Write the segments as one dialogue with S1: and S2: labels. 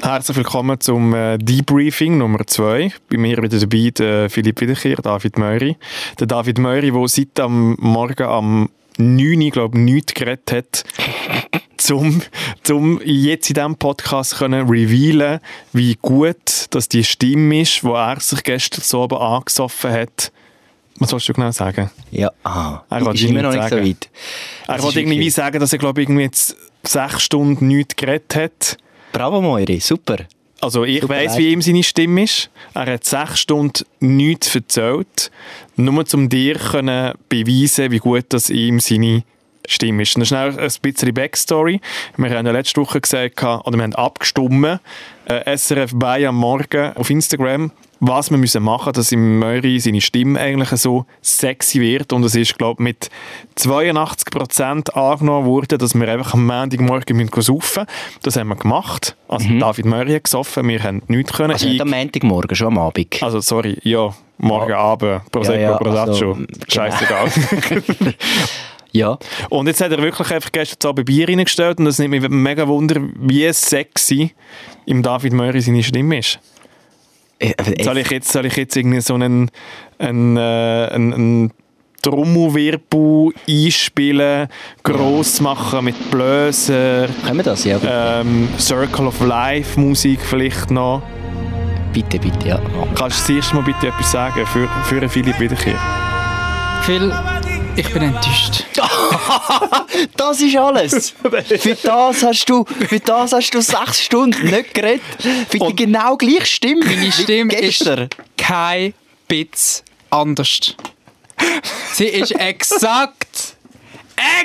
S1: Herzlich willkommen zum äh, Debriefing Nummer 2. Bei mir wieder dabei der Philipp Wiederkehr, David Möri. Der David Möri, der seit am Morgen am 9 Uhr, glaube nichts geredet hat, zum, zum jetzt in diesem Podcast können revealen, wie gut dass die Stimme ist, wo er sich gestern so oben angesoffen hat. Was sollst du genau sagen?
S2: Ja, ah,
S1: Er will
S2: ist immer noch
S1: nichts
S2: nicht so
S1: sagen.
S2: weit.
S1: Er
S2: Es
S1: wollte
S2: ist
S1: irgendwie
S2: wirklich-
S1: sagen, dass er, glaube irgendwie jetzt sechs Stunden nichts geredet hat.
S2: Bravo, Moiri, super.
S1: Also ich
S2: Super
S1: weiss,
S2: leid.
S1: wie ihm seine Stimme ist. Er hat sechs Stunden nichts erzählt, nur um dir können beweisen, wie gut das ihm seine Stimme ist. Dann schnell ein bisschen Backstory. Wir haben ja letzte Woche gesagt, oder wir haben abgestimmt, äh, SRF Bayern am Morgen auf Instagram, was wir müssen machen müssen, dass im Möri seine Stimme eigentlich so sexy wird. Und es ist, glaube ich, mit 82% angenommen worden, dass wir einfach am Montagmorgen müssen saufen müssen. Das haben wir gemacht. Also David Möri hat gesoffen, wir haben nichts können.
S2: Mhm. Also nicht
S1: Ich-
S2: am Montagmorgen, schon am Abend.
S1: also, sorry, ja, morgen Abend, Prosecco,
S2: Ja, ja,
S1: Prosaccio,
S2: also, m,
S1: scheißegal.
S2: Ja,
S1: und jetzt hat er wirklich einfach gestern Abend Bier reingestellt und es nimmt mich mega wunder, wie sexy im David Möri seine Stimme ist.
S2: Äh, äh,
S1: Soll ich jetzt, soll ich jetzt irgendwie so einen, einen, äh, einen, einen Trommelwirbel einspielen, gross machen mit Blöser,
S2: können wir das? Ja,
S1: ähm, Circle of Life Musik vielleicht noch?
S2: bitte, bitte, ja.
S1: Kannst du zuerst mal bitte etwas sagen für, für den Philipp Wiederkehr?
S3: Phil, ich bin enttäuscht.
S2: Das ist alles. Für das hast du, für das hast du sechs Stunden nicht geredet. Für die genau gleiche Stimme.
S3: Meine Stimme
S2: wie
S3: ist
S2: gestern.
S3: kein Bitz anders. Sie ist exakt,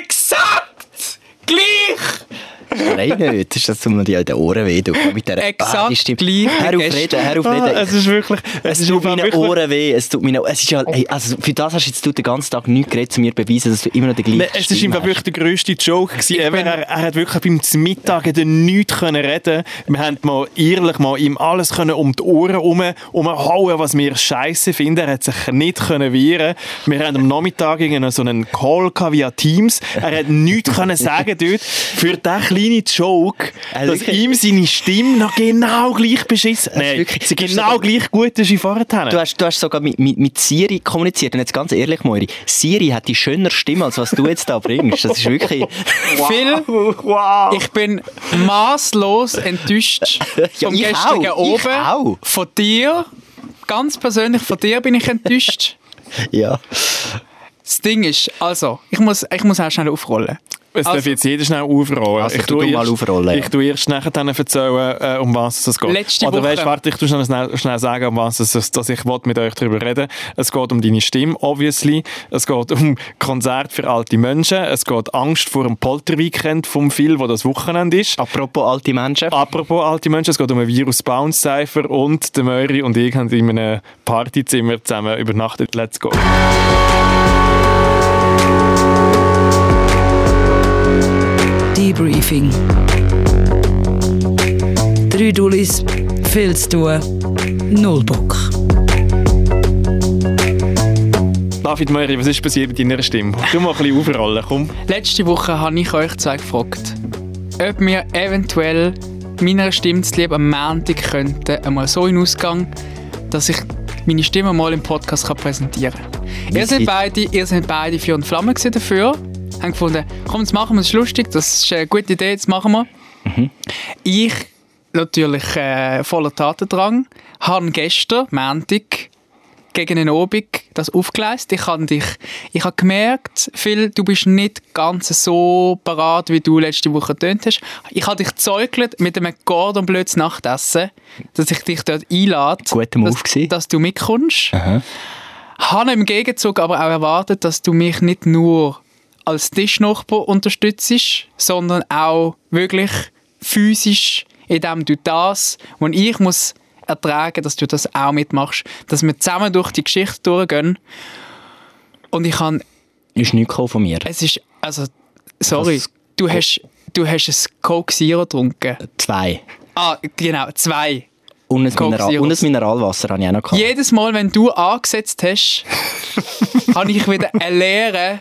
S3: exakt gleich.
S2: Nein, nicht. Das ist das, was mir die an den Ohren weh tut. Mit der Ah,
S3: Exakt
S2: die Stimme.
S3: gleich wie
S2: Hör auf
S3: gestern.
S2: reden, hör auf
S1: Ah,
S2: reden.
S1: es ist wirklich. Es,
S2: Es
S1: ist
S2: tut
S1: auf
S2: meinen Ohren weh, es tut meinen es ist ja, ey, also für das hast jetzt du den ganzen Tag nichts geredet, zu mir zu beweisen, dass du immer noch den gleichen
S1: Nein, Ne, es ist einfach wirklich der grösste Joke. Gewesen. Eben,
S3: bin-
S1: er, er hat wirklich beim Mittag hat er nichts können reden. Wir haben mal ehrlich mal ihm alles können um die Ohren herum umhauen, was wir scheiße finden. Er hat sich nicht können wehren. Wir haben am Nachmittag irgendeinen so einen Call gehabt via Teams. Er hat nichts können sagen dort für diesen kleinen Joke,
S2: Also
S1: dass
S2: wirklich-
S1: ihm seine Stimme noch genau gleich beschissen. Nein,
S2: wirklich-
S1: sie
S2: das ist
S1: genau
S2: so-
S1: gleich gut ist wie vorher.
S2: Du hast, du hast sogar mit, mit, mit Siri kommuniziert. Und jetzt ganz ehrlich, Moiri, Siri hat die schönere Stimme, als was du jetzt da bringst. Das ist wirklich...
S3: Phil,
S1: Wow.
S3: ich bin maßlos enttäuscht
S2: Ja,
S3: vom
S2: ich
S3: gestrigen
S2: auch, ich
S3: Oben.
S2: auch.
S3: Von dir, ganz persönlich von dir bin ich enttäuscht.
S2: ja.
S3: Das Ding ist, also, ich muss, ich muss auch schnell aufrollen.
S1: Es darf
S3: Also-
S1: jetzt jeder schnell aufrollen.
S2: Also, tu du mal
S1: erst-
S2: aufrollen, ja.
S1: Ich tue erst nachher dann erzählen, äh, um was es geht.
S3: Letzte
S1: Oder
S3: Woche-
S1: weißt, warte, ich tue schnell, schnell, schnell sagen, um was es, dass ich will mit euch darüber reden Es geht um deine Stimme, obviously. Es geht um Konzert für alte Menschen. Es geht Angst vor einem Polterweekend vom Phil, wo das Wochenende ist.
S2: Apropos alte Menschen.
S1: Apropos alte Menschen, es geht um einen Virus-Bounce-Cypher und der Möri und ich haben in einem Partyzimmer zusammen übernachtet. Let's go.
S4: Debriefing. Drei Dullis, viel zu tun, null Bock.
S1: David Möri, was ist passiert mit deiner Stimme? Du mal ein bisschen aufrollen, komm.
S3: Letzte Woche habe ich euch zwei gefragt, ob wir eventuell meiner Stimme zu lieb am Montag könnten, einmal so in Ausgang, dass ich meine Stimme mal im Podcast kann präsentieren kann. Ihr
S2: Wie
S3: seid
S2: fit-
S3: beide, ihr seid beide für und Flamme gewesen dafür. Haben gefunden, komm, das machen wir, das ist lustig, das ist eine gute Idee, das machen wir. Ich, natürlich äh, voller Tatendrang, habe gestern, Montag, gegen den Obig das aufgeleistet. Ich habe dich, ich habe gemerkt, Phil, du bist nicht ganz so parat, wie du letzte Woche tönt hast. Ich habe dich zeugelt mit einem Gordon Blöds Nachtessen, dass ich dich dort einlade.
S2: Guter Move
S3: dass,
S2: gewesen.
S3: dass du mitkommst.
S2: Aha.
S3: Habe im Gegenzug aber auch erwartet, dass du mich nicht nur als Tischnachbar unterstützt, sondern auch wirklich physisch, indem du das, was ich muss ertragen, dass du das auch mitmachst, dass wir zusammen durch die Geschichte durchgehen. Und ich habe,
S2: Ist nichts gekommen von mir.
S3: es ist, also, sorry,
S2: Das-
S3: du hast, du hast ein Coke Zero getrunken.
S2: Zwei.
S3: Ah, genau, zwei.
S2: Und ein,
S3: Coke
S2: Mineral
S3: Zero.
S2: und ein Mineralwasser habe ich auch noch gehabt.
S3: Jedes Mal, wenn du angesetzt hast, habe ich wieder eine Lehre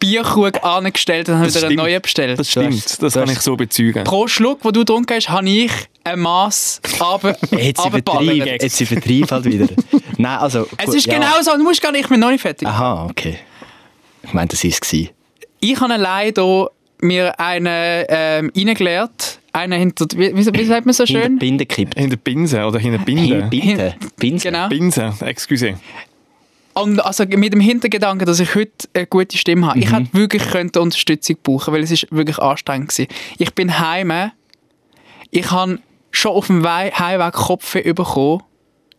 S3: Bierkrug angestellt und habe wieder einen
S1: stimmt.
S3: neuen bestellt.
S1: Das stimmt, das kann ich so bezeugen.
S3: Pro Schluck, den du getrunken hast, habe ich ein Mass
S2: Jetzt sie
S3: runtergeballert.
S2: vertrieben. Jetzt sie vertrieben halt wieder. Nein, also.
S3: Es
S2: gut,
S3: ist
S2: ja. Ah.
S3: genau so, du musst gar nicht, ich bin noch nicht fertig.
S2: Aha, okay. Ich meine, das war es. gewesen.
S3: Ich habe allein hier mir einen ähm, reingelehrt, einen hinter, wie, wie wie sagt man
S2: Hinter
S3: so
S2: die
S3: schön?
S2: Binde gekippt.
S1: Hinter Binsen oder hinter
S3: Äh,
S2: Hinter
S1: Binden.
S2: die Binde. Pinsel.
S3: Genau.
S1: Binsen, excuse.
S3: Und also mit dem Hintergedanken, dass ich heute eine gute Stimme
S2: Mhm.
S3: habe. Ich hätte wirklich könnte Unterstützung brauchen, weil es ist wirklich anstrengend gewesen. Ich bin heime, ich habe schon auf dem Wei- Heimweg Kopfweh bekommen.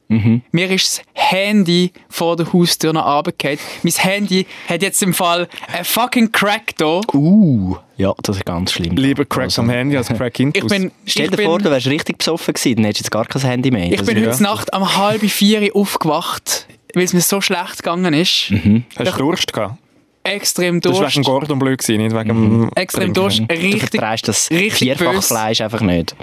S2: Mhm.
S3: Mir ist das Handy vor der Haustür noch runtergefallen. Mein Handy hat jetzt im Fall einen fucking Crack da.
S2: Uh, ja, das ist ganz schlimm.
S1: Lieber Crack am Handy als Crack Intus.
S3: Also, äh, Ich bin,
S2: Stell
S3: ich
S2: dir
S3: bin,
S2: vor, du wärst richtig besoffen gewesen, dann hättest du jetzt gar kein Handy mehr.
S3: ich
S2: Das
S3: bin
S2: ist-
S3: heute Nacht um halb vier Uhr aufgewacht, weil es mir so schlecht gegangen ist.
S2: Mhm.
S1: Hast du Durst gehabt?
S3: Extrem
S1: Das
S3: Durst. Mhm.
S1: war wegen Gordon blöd, gewesen, nicht wegen dem Trinken.
S3: extrem Durst,
S2: Du
S3: richtig,
S2: vertreibst das
S3: richtig
S2: vierfach
S3: bös.
S2: Fleisch einfach nicht.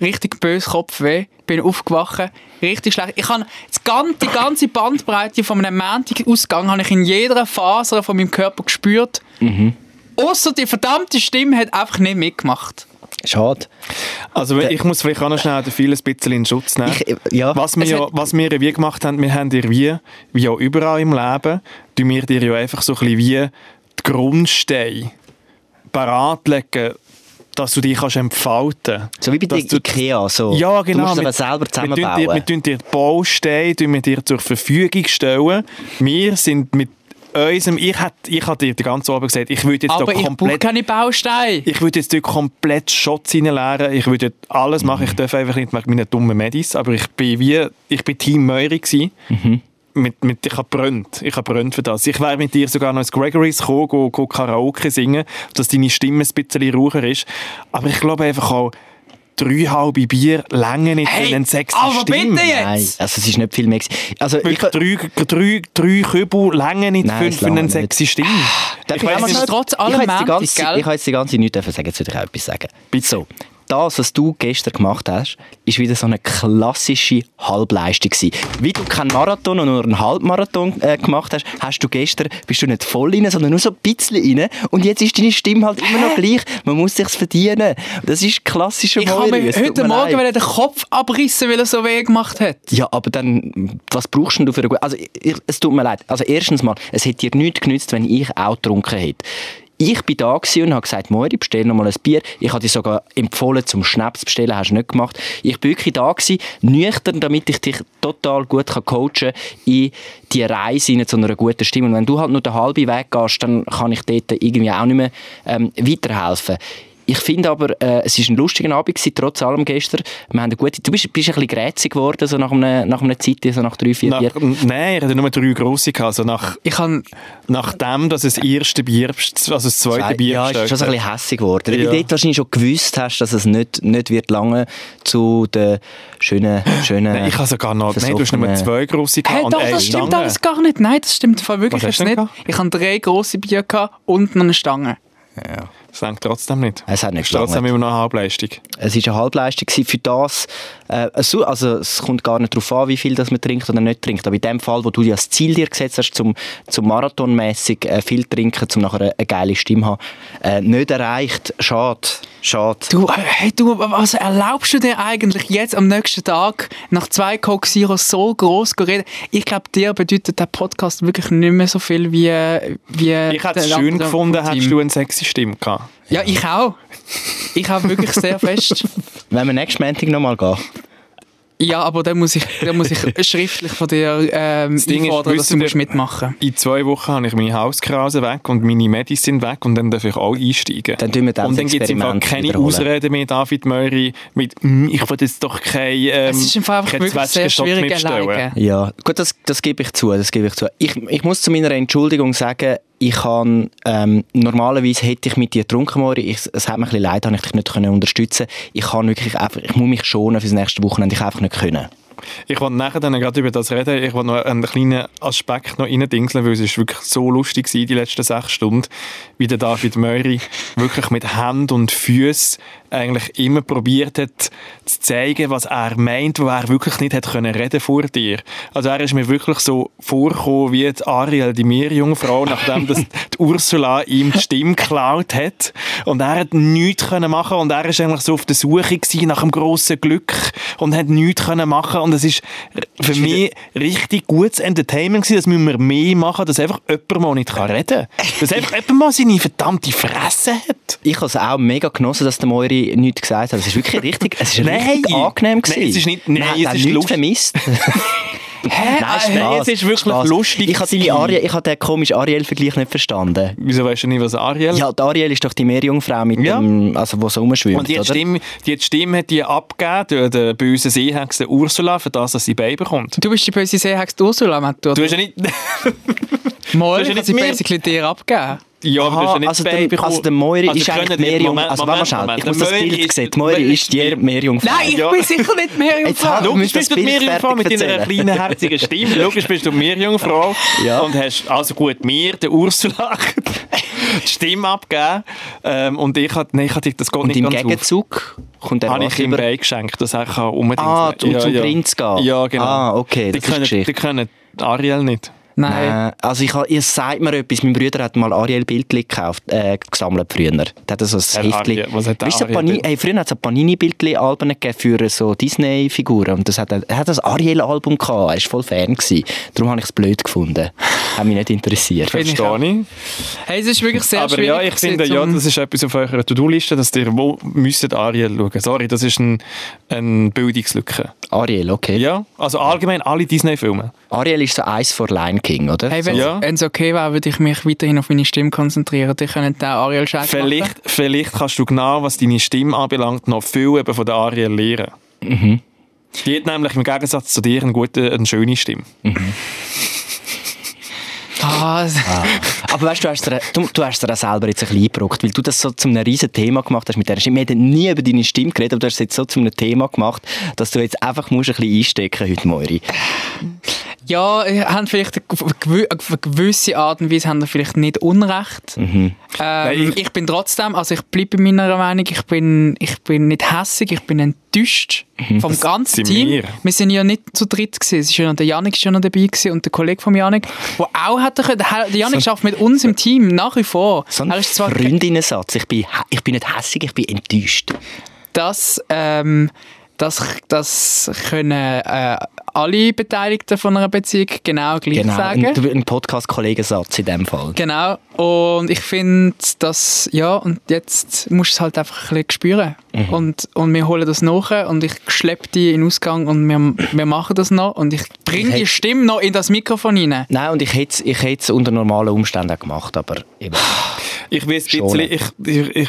S3: richtig bös Kopfweh, bin aufgewacht, richtig schlecht. Ich habe das ganze, die ganze Bandbreite von einem mäntigen Ausgang habe ich in jeder Faser von meinem Körper gespürt.
S1: Mhm.
S3: Außer die verdammte Stimme hat einfach nicht mitgemacht.
S2: Schade.
S1: Also
S3: Äh,
S1: ich muss vielleicht auch noch schnell den Phil ein bisschen in Schutz nehmen.
S2: Ich- ja.
S1: Was wir,
S3: Es
S1: ja,
S3: hat-
S1: was wir wie gemacht haben, wir haben dir wie, wie auch überall im Leben, tun wir dir ja einfach so ein bisschen wie die Grundsteine parat legen, dass du dich kannst entfalten kannst.
S2: So wie bei
S1: Dass
S2: der Ikea. So.
S1: ja, genau.
S2: Du musst es
S1: wir-
S2: aber selber
S1: Wir tun dir, wir
S2: zusammenbauen.
S1: tun dir die Bausteine tun wir dir zur Verfügung stellen. Wir sind mit unserem... Ich hätte ich hätte dir den ganzen Abend gesagt, ich würde jetzt
S3: Aber
S1: da
S3: ich brauche
S1: komplett...
S3: keine Bausteine.
S1: Ich würde jetzt dort komplett Shots reinleeren. Ich würde dort alles machen. Ich darf einfach nicht wegen meinen dummen Medis. Aber ich bin wie, ich bin Team Meury gsi. Mit, mit, ich habe brennt. Ich habe brennt für das. Ich wäre mit dir sogar noch ins Gregory's gekommen, go, go Karaoke singen, dass deine Stimme ein bisschen raucher ist. Aber ich glaube einfach auch, drei halbe Bier länger nicht
S3: Hey,
S1: für einen sexy
S3: aber
S1: Stimme.
S3: bitte jetzt!
S2: Nein, also es ist nicht viel mehr. gewesen. Also ich,
S1: Wirklich Drei, drei, drei Kübel länger nicht
S2: Nein,
S1: für,
S2: es
S1: für einen
S2: langt
S1: sexy Stimme.
S2: Darf
S1: Ich weiss
S2: auch mal
S1: nicht,
S2: schnell-
S3: trotz
S2: ich
S3: allem
S2: habe jetzt die
S3: Montag,
S2: ganze-
S3: gell?
S2: Ich habe jetzt die ganze Zeit nicht dürfen sagen, jetzt würde ich auch etwas sagen.
S1: Bitte.
S2: So, das, was du gestern gemacht hast, ist wieder so eine klassische Halbleistung gewesen. Wie du keinen Marathon und nur einen Halbmarathon äh, gemacht hast, hast du gestern, bist du nicht voll rein, sondern nur so ein bisschen rein. Und jetzt ist deine Stimme halt immer noch gleich. Man muss sich's verdienen. Das ist klassischer
S3: Ich habe
S2: Moiri,
S3: mir
S2: es tut
S3: heute
S2: mir
S3: Morgen
S2: leid.
S3: wollen den Kopf abrissen, weil er so weh gemacht hat.
S2: Ja, aber dann, was brauchst denn du für eine gute... Also, ich, es tut mir leid. Also, erstens mal, es hätte dir nichts genützt, wenn ich auch getrunken hätte. Ich bin da gewesen und habe gesagt, Moiri, bestell noch mal ein Bier. Ich habe dir sogar empfohlen, zum Schnaps zu bestellen, hast du nicht gemacht. Ich bin wirklich da gewesen, nüchtern, damit ich dich total gut kann coachen in die Reise hinein zu einer guten Stimme. Und wenn du halt nur den halben Weg gehst, dann kann ich dort irgendwie auch nicht mehr ähm, weiterhelfen. Ich finde aber, äh, es war ein lustiger Abend, gewesen, trotz allem gestern. Wir haben eine gute, du bist, bist ein bisschen grätzig geworden, so nach einer, nach einer Zeit, so nach drei, vier
S1: Nach,
S2: Bier.
S1: nein, ich hatte nur drei grosse. gehabt. Also nach
S3: Ich habe
S1: Nachdem, dass es das erste Bier, also das zweite Bier
S2: ja, ist schon so ein bisschen hässig geworden. Weil
S1: Ja.
S2: du dort wahrscheinlich schon gewusst hast, dass es nicht, nicht wird lange zu den schönen, schönen... äh,
S1: Nein, ich habe sogar noch, nein, du hast nur
S2: versoffenen-
S1: zwei grosse gehabt
S3: Hey,
S1: Ah, und
S3: doch,
S1: eine
S3: das stimmt
S1: Stange.
S3: alles gar nicht. Nein, das stimmt im Fall wirklich
S1: Was hast
S3: erst
S1: du
S3: nicht.
S1: denn
S3: Ich hatte drei grosse Bier gehabt und noch eine Stange.
S1: Das reicht trotzdem nicht.
S2: Es hat nicht
S1: Ist trotzdem
S2: gelangt.
S1: immer noch eine Halbleistung.
S3: Äh,
S2: Es war eine Halbleistung gewesen für das. Äh, so- also es kommt gar nicht darauf an, wie viel das man trinkt oder nicht trinkt. Aber in dem Fall, wo du ja das Ziel dir gesetzt hast, zum, zum marathonmäßig äh, viel trinken, um nachher eine, eine geile Stimme zu haben, äh, nicht erreicht. Schade. Schade.
S3: Du, äh, hey, du, was erlaubst du dir eigentlich jetzt am nächsten Tag nach zwei Coke Zero so gross zu reden? Ich glaube, dir bedeutet der Podcast wirklich nicht mehr so viel wie... wie
S1: Ich hätte es
S3: der
S1: schön
S3: andere
S1: gefunden,
S3: vom Team.
S1: hättest du eine sexy Stimme gehabt.
S3: Ja, ich auch. Ich auch wirklich sehr fest.
S2: Wenn wir nächsten Montag nochmal gehen.
S3: Ja, aber dann muss ich, dann muss ich schriftlich von dir ähm,
S1: Ding ist,
S3: einfordern, dass du
S1: wissen
S3: musst
S1: wir-
S3: mitmachen
S1: In zwei Wochen habe ich meine Hauskrase weg und meine Medis sind weg und dann darf ich auch einsteigen.
S2: Dann tun wir das
S1: und dann gibt es im Fall
S2: Experiment
S1: keine
S2: wiederholen.
S1: Ausreden mehr, David Möri, mit «Hm, «Ich will jetzt doch keine ähm,
S3: Es ist im Fall einfach
S1: keine
S3: wirklich sehr
S1: Zwetschgenstadt
S3: schwierig
S1: mitstellen.»
S3: alleine.
S2: Ja, gut, das, das gebe ich zu. Das gebe ich, zu. Ich, ich muss zu meiner Entschuldigung sagen, ich kann, ähm, normalerweise hätte ich mit dir getrunken, Mori. Ich, es hat mir ein bisschen leid, dass ich dich nicht können unterstützen konnte. Ich kann wirklich einfach, ich muss mich schonen fürs nächste Wochenende. Ich kann einfach nicht können.
S1: Ich wollte nachher dann gerade über das reden. Ich wollte noch einen kleinen Aspekt noch reindingseln, weil es ist wirklich so lustig war, die letzten sechs Stunden, wie der David Möri wirklich mit Hand und Füßen eigentlich immer probiert hat, zu zeigen, was er meint, wo er wirklich nicht hat können reden vor dir. Also er ist mir wirklich so vorgekommen wie die Ariel, die Meerjungfrau, nachdem das die Ursula ihm die Stimme geklaut hat. Und er hat nichts können machen und er ist eigentlich so auf der Suche gewesen nach einem grossen Glück und hat nichts können machen und es ist für mich richtig gutes Entertainment gewesen. Das müssen wir mehr machen, dass einfach jemand mal nicht kann reden kann. Dass einfach jemand mal seine verdammte Fresse hat.
S2: Ich habe es auch mega genossen, dass der Moiri nichts gesagt hat. Es ist wirklich richtig, es ist
S1: Nein.
S2: richtig angenehm gewesen.
S1: Nein, es ist nicht- nein,
S2: Man hat
S1: es
S2: auch
S1: ist
S2: nichts
S1: Lust.
S2: vermisst.
S1: Hä? Ah,
S2: Nein, Spaß,
S1: es ist wirklich
S2: Spaß.
S1: lustig.
S2: Ich habe deine Ariel- ich habe den komischen Ariel-Vergleich nicht verstanden.
S1: Wieso weißt du nicht, was Ariel
S2: Ja, die Ariel ist doch die Meerjungfrau mit
S1: Ja.
S2: dem, also wo so rumschwimmt,
S1: Und die
S2: oder?
S1: hat Stimme, die hat Stimme hat die abgegeben durch den bösen Seehexe Ursula, für das, dass sie Baby bekommt.
S3: Du bist die böse Seehex die Ursula, Matt. Du
S1: Du hast ja nicht...
S3: Mal,
S1: hast ja
S3: ich
S1: nicht
S3: sie
S1: mir-
S3: basically dir abgeben.
S1: ja, aber du hast ja nicht
S2: also,
S1: Baby
S2: der,
S1: bekommen.
S2: also der Moiri
S1: Also
S2: ist
S1: können
S2: eigentlich
S1: die-
S2: Meerjungfrau.
S1: Moment,
S2: Also warte mal
S1: Moment,
S2: schnell, ich
S1: Moment.
S2: muss
S1: Der
S2: das
S1: Moiri
S2: Bild
S1: ist-
S2: sehen. Die Moiri ist die Meerjungfrau.
S3: Nein, ich
S1: Ja.
S3: bin sicher nicht
S2: Jetzt
S3: mehr
S2: hab-
S3: Jungfrau.
S2: Du
S1: Logisch
S2: musst
S1: bist du
S2: das
S1: die
S2: Bild
S1: Meerjungfrau mit
S2: fertig
S1: deiner
S2: erzählen.
S1: kleinen, herzigen Stimme. Logisch bist du Meerjungfrau
S2: Ja.
S1: und hast also gut mir, der Ursula, die Stimme abgegeben. Ähm, und ich hatte, nein, ich hatte das geht
S2: Und
S1: nicht
S2: im
S1: ganz auf.
S2: Gegenzug kommt er
S1: habe ich ihm beigeschenkt, dass er kann unbedingt...
S2: Ah, um zum Grin zu gehen.
S1: Ja, genau.
S2: Ah, okay,
S1: die
S2: das ist
S1: können,
S2: Geschichte.
S1: Die können Ariel nicht.
S3: Nein.
S2: Nein. Also ich, ha- ihr sagt mir etwas. Mein Bruder hat mal Ariel Bildli gekauft, äh, gesammelt früher. Der hat so ein
S1: Ariel-
S2: Heftli.
S1: was hat der
S2: Weißt du,
S1: Ariel
S2: Panini,
S1: Bild-
S2: hey, früher hat es Panini Bildli Alben gegeben für so Disney Figuren und das hat er er hat das Ariel Album gehabt. Er ist voll Fan gewesen. Darum habe ich es blöd gefunden. Hat mich nicht interessiert.
S3: Bin ich auch.
S1: Verstehe ich.
S3: Hey, es ist wirklich sehr
S1: Aber
S3: schwierig.
S1: ja, ich finde,
S3: gewesen,
S1: ja,
S3: um-
S1: das ist etwas auf eurer To-Do-Liste, dass ihr wo müsstet Ariel schauen. Sorry, das ist ein, ein Bildungslücke.
S2: Ariel, okay.
S1: Ja, also allgemein alle Disney-Filme.
S2: Ariel ist so eins vor Lion King, oder?
S3: Hey, wenn
S1: Ja.
S3: es okay wäre, würde ich mich weiterhin auf meine Stimme konzentrieren. Die können den Ariel Schenk
S1: Vielleicht, vielleicht kannst du genau, was deine Stimme anbelangt, noch viel eben von der Ariel lernen. Die hat nämlich im Gegensatz zu dir eine gute, eine schöne Stimme.
S3: machen. Ah, es-
S2: Aber weißt du, du hast dir- du, du hast dir das selber jetzt ein bisschen eingebrockt, weil du das so zu einem riesen Thema gemacht hast mit deiner Stimme. Wir hätten nie über deine Stimme geredet, aber du hast es jetzt so zu einem Thema gemacht, dass du jetzt einfach musst ein bisschen einstecken heute Moiri.
S3: ja, äh, haben vielleicht eine gew- eine gewisse Art und Weise haben da vielleicht nicht Unrecht. Ähm,
S1: Nein,
S3: ich, bin trotzdem, also ich bleibe bei meiner Meinung, ich bin, ich bin nicht hässig, ich bin enttäuscht vom ganzen
S1: sind
S3: Team.
S1: wir.
S3: Wir. sind ja nicht zu dritt gewesen. Es ist ja noch der Janik ist ja noch dabei gewesen und der Kollege von Janik, der auch hätte können. Der Janik schafft mit uns im Team nach wie vor.
S2: So ein
S3: er ist zwar
S2: Freundinnensatz. Ich bin, hä- ich bin nicht hässig, ich bin enttäuscht.
S3: dass ähm, das, das können äh, alle Beteiligten von einer Beziehung genau gleich
S2: Genau,
S3: sagen.
S2: ein, ein Podcast-Kollegensatz in dem Fall.
S3: Genau. Und ich finde, dass, ja, und jetzt musst du es halt einfach ein bisschen spüren. Und, und wir holen das nach und ich schleppe die in den Ausgang und wir, wir machen das noch und ich bringe die Stimme noch in das Mikrofon rein.
S2: Nein, und ich hätte es ich hätt's unter normalen Umständen auch gemacht, aber eben.
S1: Ich weiß ein bisschen,
S2: Schon.
S1: ich, ich, ich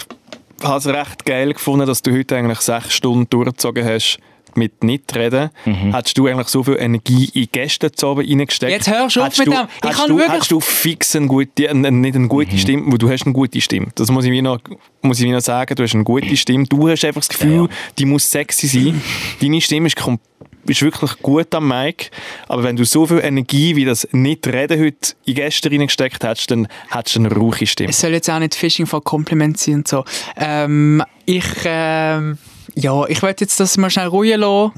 S1: habe es recht geil gefunden, dass du heute eigentlich sechs Stunden durchgezogen hast mit Nitreden. Hättest du eigentlich so viel Energie in Gäste zu oben reingesteckt?
S3: Jetzt hörst du auf
S1: hättest
S3: mit
S1: du,
S3: dem. Ich
S1: hättest
S3: kann
S1: du,
S3: wirklich-
S1: Hättest du fix eine gute, eine, eine- nicht eine gute Stimme, weil du hast eine gute Stimme. Das muss ich mir noch, muss ich mir noch sagen, du hast eine gute Stimme. Du hast einfach das Gefühl, die muss sexy sein. Deine Stimme ist kom- ist wirklich gut am Mic, aber wenn du so viel Energie wie das Nitreden heute in Gäste reingesteckt hättest, dann hättest du eine rauche Stimme.
S3: Es soll jetzt auch nicht Fishing for Compliments sein und so. Ähm, ich, ähm, ja, ich werde jetzt das mal schnell ruhen lassen.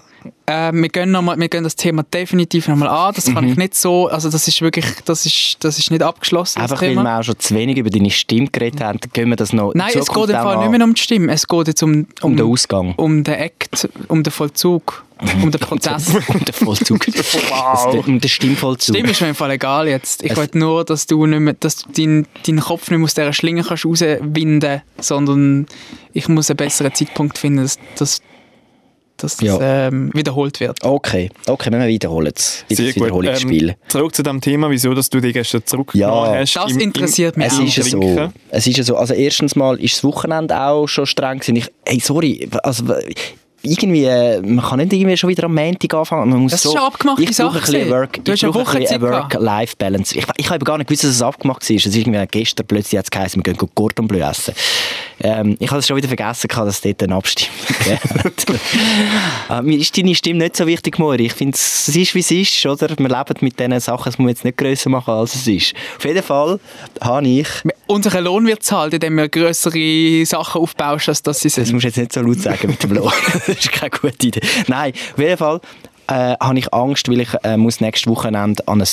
S3: Ähm, wir, gehen noch mal, wir gehen das Thema definitiv nochmal an. Das kann ich
S2: Mhm.
S3: nicht so, also das ist wirklich, das ist, das ist nicht abgeschlossen. das
S2: Einfach weil
S3: Thema.
S2: wir auch schon zu wenig über deine Stimme geredet haben, gehen wir das noch in
S3: Nein, es
S2: Zukunft
S3: geht im
S2: auch
S3: Fall
S2: an.
S3: nicht mehr um die Stimme. Es geht jetzt um,
S2: Um den Ausgang.
S3: Um den Act, um den Vollzug, um den Prozess.
S2: um den Vollzug. Das- Um den Stimmvollzug.
S3: Dem ist mir im Fall egal jetzt. Ich
S2: Es-
S3: wollte nur, dass du nicht mehr, dass du deinen deinen Kopf nicht mehr aus dieser Schlinge kannst rauswinden kannst, sondern ich muss einen besseren Zeitpunkt finden, dass, dass, dass das
S2: Ja.
S3: ähm, wiederholt wird.
S2: Okay, okay, wir wiederholen es. In das Wiederholungsspiel.
S1: Ähm, zurück zu dem Thema, wieso dass du dich gestern zurückgenommen
S2: Ja.
S1: hast.
S3: Das interessiert mich
S2: es
S3: auch.
S2: ist ja so.
S1: Trinken.
S2: Es ist ja so. Also erstens mal ist das Wochenende auch schon streng gewesen. Ich, hey, sorry, also irgendwie, äh, man kann nicht irgendwie schon wieder am Montag anfangen. Man muss
S3: Das
S2: so,
S3: ist eine abgemachte
S2: ich brauche
S3: Sache
S2: ein bisschen
S3: gewesen.
S2: Work,
S3: Du hast
S2: ich
S3: eine
S2: brauche
S3: Woche
S2: ein bisschen
S3: Zeit gehabt.
S2: Work-Life-Balance. Ich, ich habe gar nicht gewusst, dass es abgemacht war. Es ist irgendwie gestern plötzlich jetzt geheißen, wir gehen Cordon Bleu essen. Ähm, ich habe es schon wieder vergessen, gehabt, dass es dort eine Abstimmung gegeben hat. Äh, Mir ist deine Stimme nicht so wichtig, Mori. Ich finde, es ist, wie es ist. Oder? Wir leben mit diesen Sachen, das muss man jetzt nicht grösser machen, als es ist. Auf jeden Fall habe ich...
S3: Unser Lohn wird zahlt, indem wir größere Sachen aufbaust, als das sie
S2: Das
S3: sind.
S2: musst du jetzt nicht so laut sagen mit dem Lohn. das ist keine gute Idee. Nein, auf jeden Fall äh, habe ich Angst, weil ich äh, muss nächstes Wochenende an ein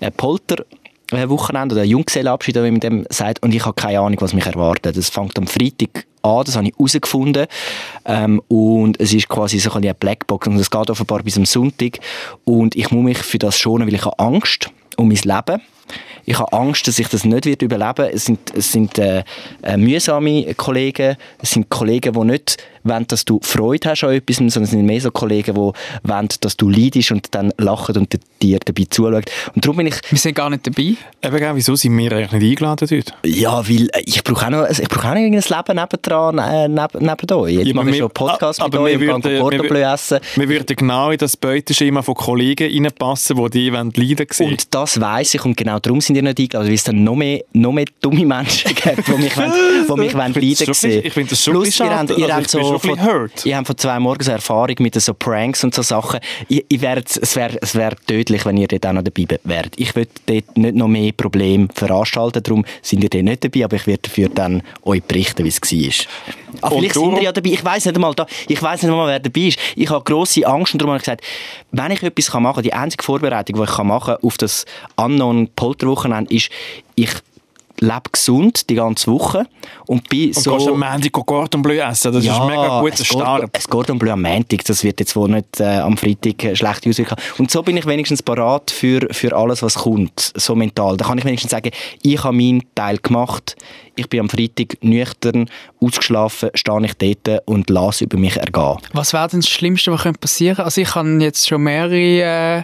S2: äh, Polter äh, Wochenende oder Junggesellenabschied, oder wie man dem sagt, und ich habe keine Ahnung, was mich erwartet. Das fängt am Freitag an, das habe ich herausgefunden. Ähm, und es ist quasi so ein bisschen eine Blackbox und es geht offenbar bis am Sonntag. Und ich muss mich für das schonen, weil ich habe Angst um mein Leben. Ich habe Angst, dass ich das nicht wird überleben Es sind, es sind äh, äh, mühsame Kollegen, es sind Kollegen, die nicht wollen, dass du Freude hast an etwas, sondern es sind mehr so Kollegen, die wollen, dass du leidest und dann lachen und dir dabei zuschauen. Und darum bin ich
S3: Wir sind gar nicht dabei.
S1: Eben, gell, wieso sind wir eigentlich nicht eingeladen dort?
S2: Ja, weil äh, ich brauche auch noch, ich brauche auch noch irgendein Leben nebendran, äh, neben, neben euch. Jetzt
S1: Ja, aber
S2: mache ich
S1: wir-
S2: schon einen Podcast
S1: a-
S2: mit
S1: aber
S2: euch
S1: wir
S2: und gehe
S1: würden-
S2: Cordon
S1: wir
S2: Bleu
S1: wür-
S2: essen.
S1: Wir würden genau in das Beuteschema von Kollegen reinpassen, die die leiden wollen.
S2: Und das weiss ich und genau darum sind ihr nicht eingeladen, weil es dann noch mehr, noch mehr dumme Menschen gibt, die mich, wollen, die mich wollen
S1: Ich
S2: leiden
S1: finde das schon
S2: sehen.
S1: ein bisschen- ich finde das schon ein
S2: Plus,
S1: bisschen
S2: ihr habt,
S1: schade. Also,
S2: ihr habt
S1: ich bin
S2: so
S1: schon ein
S2: von,
S1: bisschen hurt.
S2: ihr habt von zwei Morgen so Erfahrung mit so Pranks und so Sachen. Ich, ich wär's- es wäre es wär tödlich, wenn ihr dort auch noch dabei wärt. Ich würde dort nicht noch mehr Probleme veranstalten, darum sind ihr dort nicht dabei, aber ich werde dafür dann euch berichten, wie es war. Ah,
S1: Und
S2: vielleicht sind
S1: darum-
S2: wir ja dabei. Ich weiß nicht einmal, da, ich weiß nicht einmal, wer dabei ist. Ich habe große Angst und darum habe ich gesagt, wenn ich etwas machen kann, die einzige Vorbereitung, die ich kann machen kann auf das Unknown Polterwochenende, ist, ich lebe gesund die ganze Woche und bin
S1: Und
S2: so
S1: gehst am Montag Gordon Bleu essen. Das Also ist mega guter
S2: es Gordon-
S1: Start.
S2: Es Gordon Bleu am Montag, das wird jetzt wohl nicht äh, am Freitag äh, schlechte Auswirkungen haben. Und so bin ich wenigstens parat für, für alles, was kommt, so mental. Da kann ich wenigstens sagen, ich habe meinen Teil gemacht, ich bin am Freitag nüchtern, ausgeschlafen, stehe ich dort und lasse über mich ergehen.
S3: Was wäre denn das Schlimmste, was könnte passieren Also ich habe jetzt schon mehrere äh,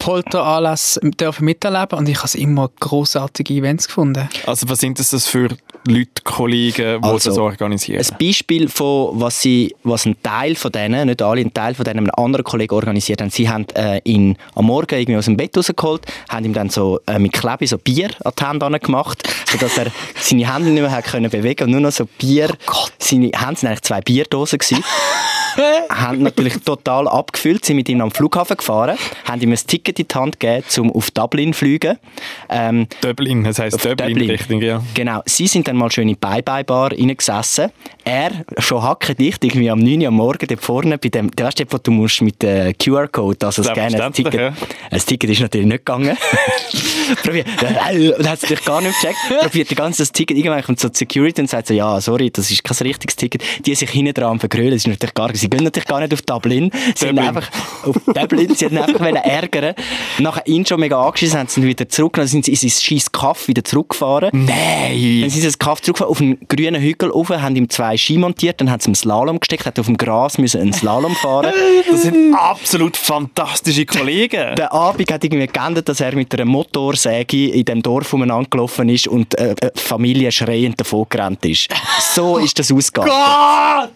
S3: Polteranlässe dürfen miterleben und ich habe immer großartige Events gefunden.
S1: Also was sind das das für Leute, Kollegen, die
S2: Also,
S1: äh, das organisieren?
S2: Ein Beispiel von, was, sie, was ein Teil von denen, nicht alle, ein Teil von denen, ein anderer Kollege organisiert haben. Sie haben äh, ihn am Morgen irgendwie aus dem Bett rausgeholt, haben ihm dann so äh, mit Klebe so Bier an die Hände gemacht, sodass er seine Hände nicht mehr hat können bewegen und nur noch so Bier. seine Hände sind eigentlich zwei Bierdosen gewesen. haben natürlich total abgefüllt, sind mit ihm am Flughafen gefahren, haben ihm ein Ticket in die Hand gegeben, um auf Dublin zu fliegen. Ähm,
S1: Dublin, das heisst Dublin,
S2: Dublin.
S1: richtig, ja.
S2: Genau. Sie sind dann mal schön in die Bye-Bye-Bar reingesessen. Er, schon hackendicht, irgendwie am 9 Uhr am Morgen dort vorne, bei dem, du weißt dort, wo du musst mit dem QR-Code, also scannen, ein
S1: Selbstverständlich,
S2: Ticket. Ein Ticket ist natürlich nicht gegangen. Probiert, äh, und hat es natürlich gar nicht gecheckt. Probiert das ganze Ticket, irgendwann kommt so die Security und sagt so, ja, sorry, das ist kein richtiges Ticket. Die sich hinten dran vergrölen, das ist natürlich gar Sie gehen natürlich gar nicht auf Dublin. Sie haben
S1: Dublin.
S2: einfach auf Dublin, sie haben einfach wollen ärgern. Nachher ihn schon mega angeschissen, haben sie ihn wieder zurückgenommen, sind sie in sein scheiß Kaff wieder zurückgefahren. Dann
S1: Nein!
S2: sind sie ins Kaff zurückgefahren, auf einen grünen Hügel rauf, haben ihm zwei Ski montiert, dann hat sie ihm Slalom gesteckt, hat auf dem Gras müssen einen Slalom fahren.
S1: Das sind absolut fantastische Kollegen.
S2: Der Abend hat irgendwie geendet, dass er mit einer Motorsäge in dem Dorf umeinander gelaufen ist und äh, äh, Familie schreiend davon gerannt ist. So ist das ausgegangen.
S1: Ah!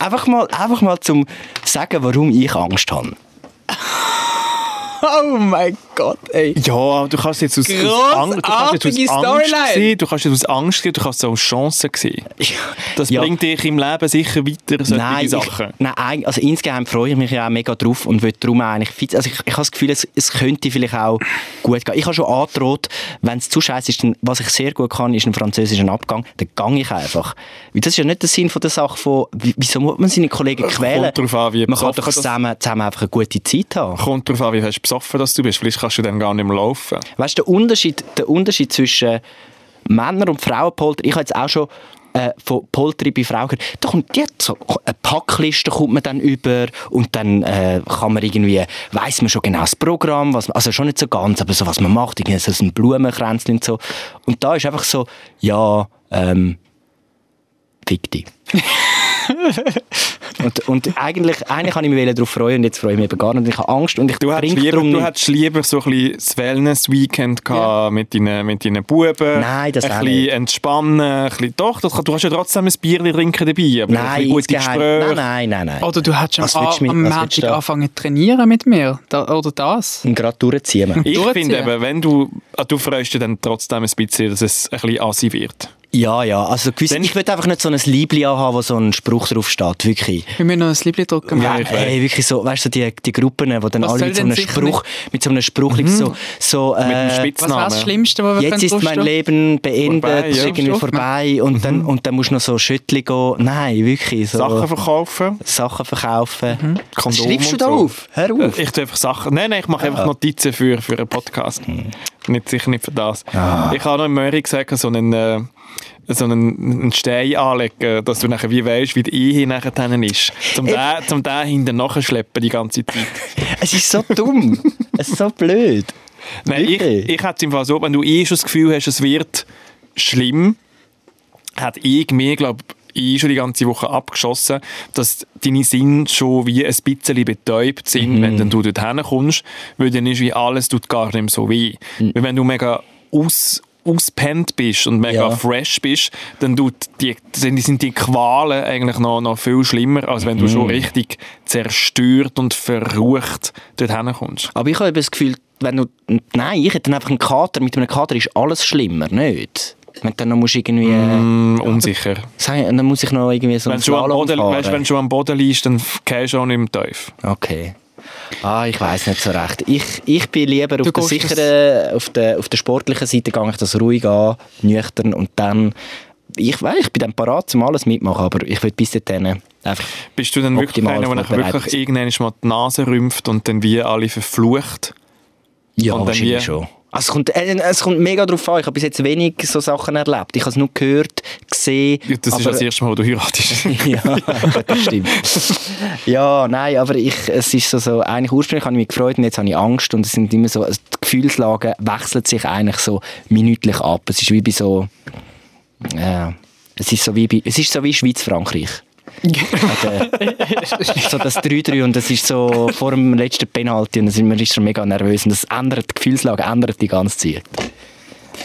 S2: Einfach mal, einfach mal zum sagen, warum ich Angst habe.
S3: Oh mein Gott, ey.
S1: Ja, aber du kannst jetzt aus, aus
S3: Grossartige
S1: Angst, du kannst jetzt aus Angst
S3: Storyline.
S1: sehen, du kannst jetzt aus Angst sehen, du kannst es auch als Chance sehen. Das
S2: Ja.
S1: bringt dich im Leben sicher weiter, solche
S2: Nein,
S1: Sachen.
S2: Ich, nein, eig- also insgeheim freue ich mich ja auch mega drauf und will darum eigentlich fit. Also ich, ich habe das Gefühl, es, es könnte vielleicht auch gut gehen. Ich habe schon angedroht, wenn es zu scheiße ist, dann, was ich sehr gut kann, ist ein französischen Abgang, dann gang ich einfach. Weil das ist ja nicht der Sinn von der Sache von, wie- wieso muss man seine Kollegen quälen?
S1: drauf an, wie
S2: man kann
S1: besoffen
S2: doch
S1: das-
S2: zusammen, zusammen einfach eine gute Zeit haben.
S1: Kommt darauf an, wie fest besoffen dass du bist. Vielleicht kannst du dann gar nicht mehr laufen.
S2: Weißt du, der Unterschied, der Unterschied zwischen Männern- und Frauenpolter, ich habe jetzt auch schon äh, von Polteri bei Frauen gehört, da kommt die hat so eine Packliste kommt man dann über und dann äh, kann man irgendwie, weiß man schon genau das Programm, was man, also schon nicht so ganz, aber so was man macht, irgendwie so ein Blumenkränzchen und so. Und da ist einfach so, ja, ähm, fick dich. Und, und eigentlich, eigentlich kann ich mich darauf freuen und jetzt freue ich mich eben gar nicht. Und Ich habe Angst und ich
S1: Du hättest
S2: trinke
S1: lieber,
S2: darum
S1: du
S2: nicht.
S1: hättest lieber so ein bisschen das Wellness-Weekend gehabt mit deinen, mit deinen Buben.
S2: Nein, das
S1: Ein
S2: auch
S1: bisschen
S2: nicht.
S1: entspannen. Ein bisschen, doch, das, kann- du kannst ja trotzdem ein Bier trinken dabei. Aber ein
S2: Nein,
S1: bisschen gute
S2: insgeheim.
S1: Gespräche.
S2: Nein, nein, nein, nein.
S3: Oder du hättest
S2: Was
S3: am,
S2: willst du mit- was
S3: am
S2: willst
S3: Montag
S2: du da?
S3: angefangen zu trainieren mit mir. Da, oder das.
S2: Und gerade durchziehen.
S1: Ich
S3: durchziehen.
S1: finde eben, wenn du, ah, du freust dich dann trotzdem ein bisschen, dass es ein bisschen assi wird.
S2: Ja, ja. Also gewiss,
S1: Dann-
S2: ich will einfach nicht so ein Liebli haben, wo so ein Spruch draufsteht. Wirklich. Äh,
S3: Wir müssen noch ein Liebling drucken.
S1: Ja,
S3: Mann.
S1: ich weiß.
S2: Hey, wirklich so, weißt du, die, die Gruppen, die dann
S3: Was
S2: alle
S3: soll
S2: mit so,
S3: denn
S2: einem
S3: sicher
S2: Spruch, mit so einem Spruch, so, so
S1: Mit dem
S2: äh,
S3: Was wäre das
S1: Spitznamen.
S3: Schlimmste, was wir
S2: jetzt
S3: können
S2: ist mein
S3: draufstehen?
S2: Leben beendet,
S1: Vorbei, ja.
S2: irgendwie vorbei und, dann, und dann musst du noch so Schüttli gehen. Nein, wirklich. So
S1: Sachen verkaufen.
S2: Sachen verkaufen.
S1: Kondom
S2: Schreibst du
S1: und
S2: da
S1: so.
S2: auf? Hör auf.
S1: Ich tue einfach Sachen. Nein, nein, ich mache einfach Notizen für, für einen Podcast. Nicht sicher nicht für das. Ich habe noch im Möri gesagt, so einen, äh, so einen, einen Stein anlegen, dass du nachher wie weißt, wie die Ehe nachher dann ist. Zum den, zum den hinten nachschleppen die ganze Zeit.
S2: Es ist so dumm. es ist so blöd.
S1: Nein, ich,
S2: Wirklich?
S1: ich hätte es im Fall so, wenn du eh schon das Gefühl hast, es wird schlimm, hat ich mir, glaube ich, schon die ganze Woche abgeschossen, dass deine Sinne schon wie ein bisschen betäubt
S2: Mhm.
S1: sind, wenn dann du dort hinkommst, weil dann ist wie alles tut gar nicht mehr so weh.
S2: Mhm.
S1: Weil wenn du mega aus auspennt bist und mega
S2: Ja.
S1: fresh bist, dann, tut die, dann sind die Qualen eigentlich noch, noch viel schlimmer, als wenn du
S2: Mhm.
S1: schon richtig zerstört und verrucht dort hinkommst.
S2: Aber ich habe eben das Gefühl, wenn du. Nein, ich hätte dann einfach einen Kater. Mit einem Kater ist alles schlimmer, nicht? Wenn du dann noch musst irgendwie.
S1: Mm, unsicher.
S2: Sag, dann muss ich noch irgendwie so
S1: Wenn
S2: einen
S1: du, schon am
S2: Slalom
S1: Boden,
S2: fahren.
S1: weißt, wenn du schon am Boden liegst, dann gehst du auch nicht mehr tief.
S2: Okay. Ah, ich weiß nicht so recht. Ich, ich bin lieber auf der
S3: gehst
S2: sicheren, auf der, auf der sportlichen Seite gehe ich das ruhig an, nüchtern und dann. Ich weiß, ich bin dann parat, um alles mitmachen, aber ich will bis dahin einfach.
S1: Bist du dann wirklich
S2: Optimal
S1: einer, der nachher
S2: vorbereitet.
S1: wirklich irgendwann mal die Nase rümpft und dann wie alle verflucht?
S2: Ja,
S1: Und dann wie?
S2: wahrscheinlich schon. Also es, kommt, äh, es kommt mega drauf an. Ich habe bis jetzt wenig so Sachen erlebt. Ich habe es nur gehört, gesehen.
S1: Ja, Das ist
S2: aber-
S1: das erste Mal, wo du heiratest.
S2: ja, gut, das stimmt. ja, nein, aber ich, es ist so, so, eigentlich ursprünglich habe ich mich gefreut und jetzt habe ich Angst und es sind immer so, also die Gefühlslagen wechseln sich eigentlich so minütlich ab. Es ist wie bei so, äh, es ist so wie bei, es ist so wie Schweiz-Frankreich. Äh, so das 3-3 und das ist so vor dem letzten Penalty und das ist, man ist schon mega nervös und das ändert, die Gefühlslage ändert die ganze Zeit.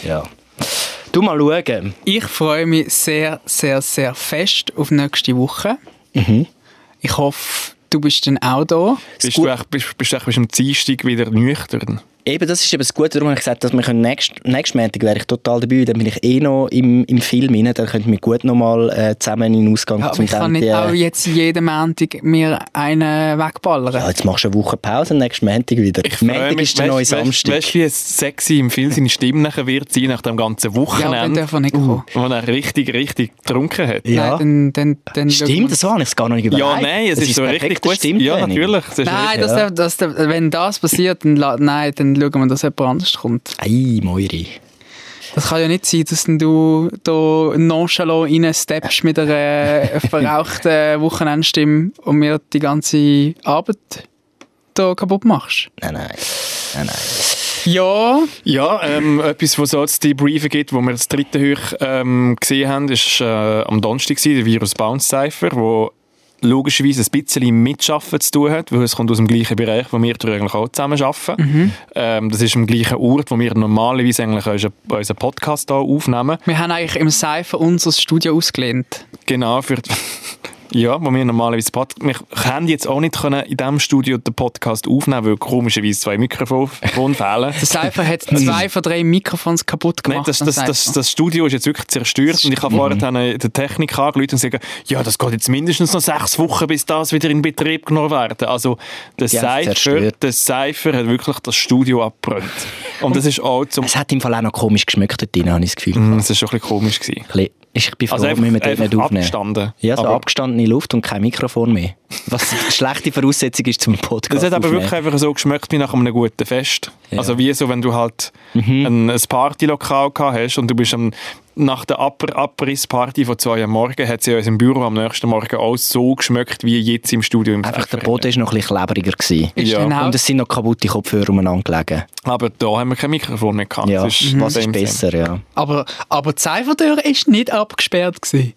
S2: Ja. Du mal schauen.
S3: Ich freue mich sehr, sehr, sehr fest auf nächste Woche.
S2: Mhm.
S3: Ich hoffe, du bist dann auch da.
S1: bist, du echt, bist, bist du echt bis am Dienstag wieder nüchtern?
S2: Eben, das ist eben das Gute, darum habe ich gesagt, dass wir können nächst, nächsten Montag wäre ich total dabei, dann bin ich eh noch im, im Film rein, dann könnten wir gut nochmal äh, zusammen in den Ausgang
S3: Ja, aber ich kann
S2: Dante,
S3: nicht
S2: äh,
S3: auch jetzt jeden Montag mir einen wegballern.
S2: ja, jetzt machst du eine Woche Pause, nächsten Montag wieder.
S1: Ich freue
S2: Montag
S1: mich.
S2: ist der neue
S1: Weißt- weißt-
S2: Samstag.
S1: Weißt du, wie es sexy im Film seine Stimme nachher wird sein, nach dem ganzen
S3: Ja, aber dann
S1: Wochenende,
S3: darf er nicht kommen.
S1: wo er richtig, richtig getrunken hat?
S2: Uh, ja,
S3: Nein, dann, dann, dann schauen
S2: stimmt,
S3: wir-
S2: so habe ich es gar noch nicht überlegt.
S1: Ja, nein, es
S2: Das
S1: ist, so
S2: ein
S1: richtig
S2: perfekter
S1: gut. Ja,
S2: Stimmtraining.
S1: natürlich. es ist
S3: Nein,
S1: richtig-
S3: das, darf- das, darf- wenn das passiert, dann, la- nein, dann schauen wir, dass jemand anders kommt.
S2: Ei, Moiri.
S3: Das kann ja nicht sein, dass denn du da nonchalant reinsteppst mit einer verrauchten Wochenendstimme und mir die ganze Arbeit da kaputt machst.
S2: Nein, nein. nein, nein.
S3: Ja,
S1: Ja, ähm, etwas, was es auch zu debriefen gibt, wo wir das dritte Hoch ähm, gesehen haben, ist äh, am Donnerstag gewesen, der Virus Bounce Cypher, wo logischerweise ein bisschen mit Schaffen zu tun hat, weil es kommt aus dem gleichen Bereich, wo wir drei eigentlich auch zusammen arbeiten. Ähm, das ist am gleichen Ort, wo wir normalerweise eigentlich unseren, unseren Podcast hier aufnehmen.
S3: wir haben eigentlich im Cypher unser Studio ausgelehnt.
S1: Genau, für die ja, wo wir normalerweise Pod wir haben jetzt auch nicht können in diesem Studio den Podcast aufnehmen, weil komischerweise zwei Mikrofone fehlen.
S3: Der Cypher hat zwei von drei Mikrofons kaputt
S1: Nein,
S3: gemacht.
S1: das,
S3: am
S1: das, das,
S3: Cypher.
S1: das Studio ist jetzt wirklich zerstört und ich habe
S2: Mhm.
S1: vorher dann den Technik angerufen und gesagt, ja, das geht jetzt mindestens noch sechs Wochen, bis das wieder in Betrieb genommen werden. Also der
S2: Die haben's
S1: Cypher,
S2: zerstört.
S1: der Cypher hat wirklich das Studio abgebrannt. Und das ist auch zum...
S2: Es hat im Fall auch noch komisch geschmeckt dort drin, habe ich das Gefühl.
S1: Mm, Das ist schon ein bisschen komisch gewesen.
S2: Ein bisschen- Ich bin froh,
S1: Also einfach,
S2: müssen wir dort nicht
S1: einfach
S2: aufnehmen.
S1: abgestanden.
S2: Ja, so
S1: Aber
S2: abgestandene Luft und kein Mikrofon mehr. Was eine schlechte Voraussetzung ist zum Podcast.
S1: Das hat aber
S2: aufnehmen.
S1: wirklich einfach so geschmeckt wie nach einem guten Fest.
S2: Ja. Mhm.
S1: Also wie so, wenn du halt ein, ein Partylokal gehabt hast und du bist am, nach der Aper Abrissparty von zwei am Morgen, hat sie uns im Büro am nächsten Morgen auch so geschmeckt wie jetzt im Studio im
S2: Einfach der
S1: Pfeffer.
S2: Boden war noch ein bisschen klebriger. Gewesen.
S3: Ist
S1: ja.
S3: dann auch-
S2: Und es sind noch kaputte Kopfhörer umeinander gelegen.
S1: Aber da haben wir kein Mikrofon mehr gehabt.
S2: Ja,
S1: Das
S2: was
S1: dem
S2: ist
S1: Sinn.
S2: besser, ja.
S3: aber, aber die Cypher-Tür war nicht abgesperrt. Gewesen.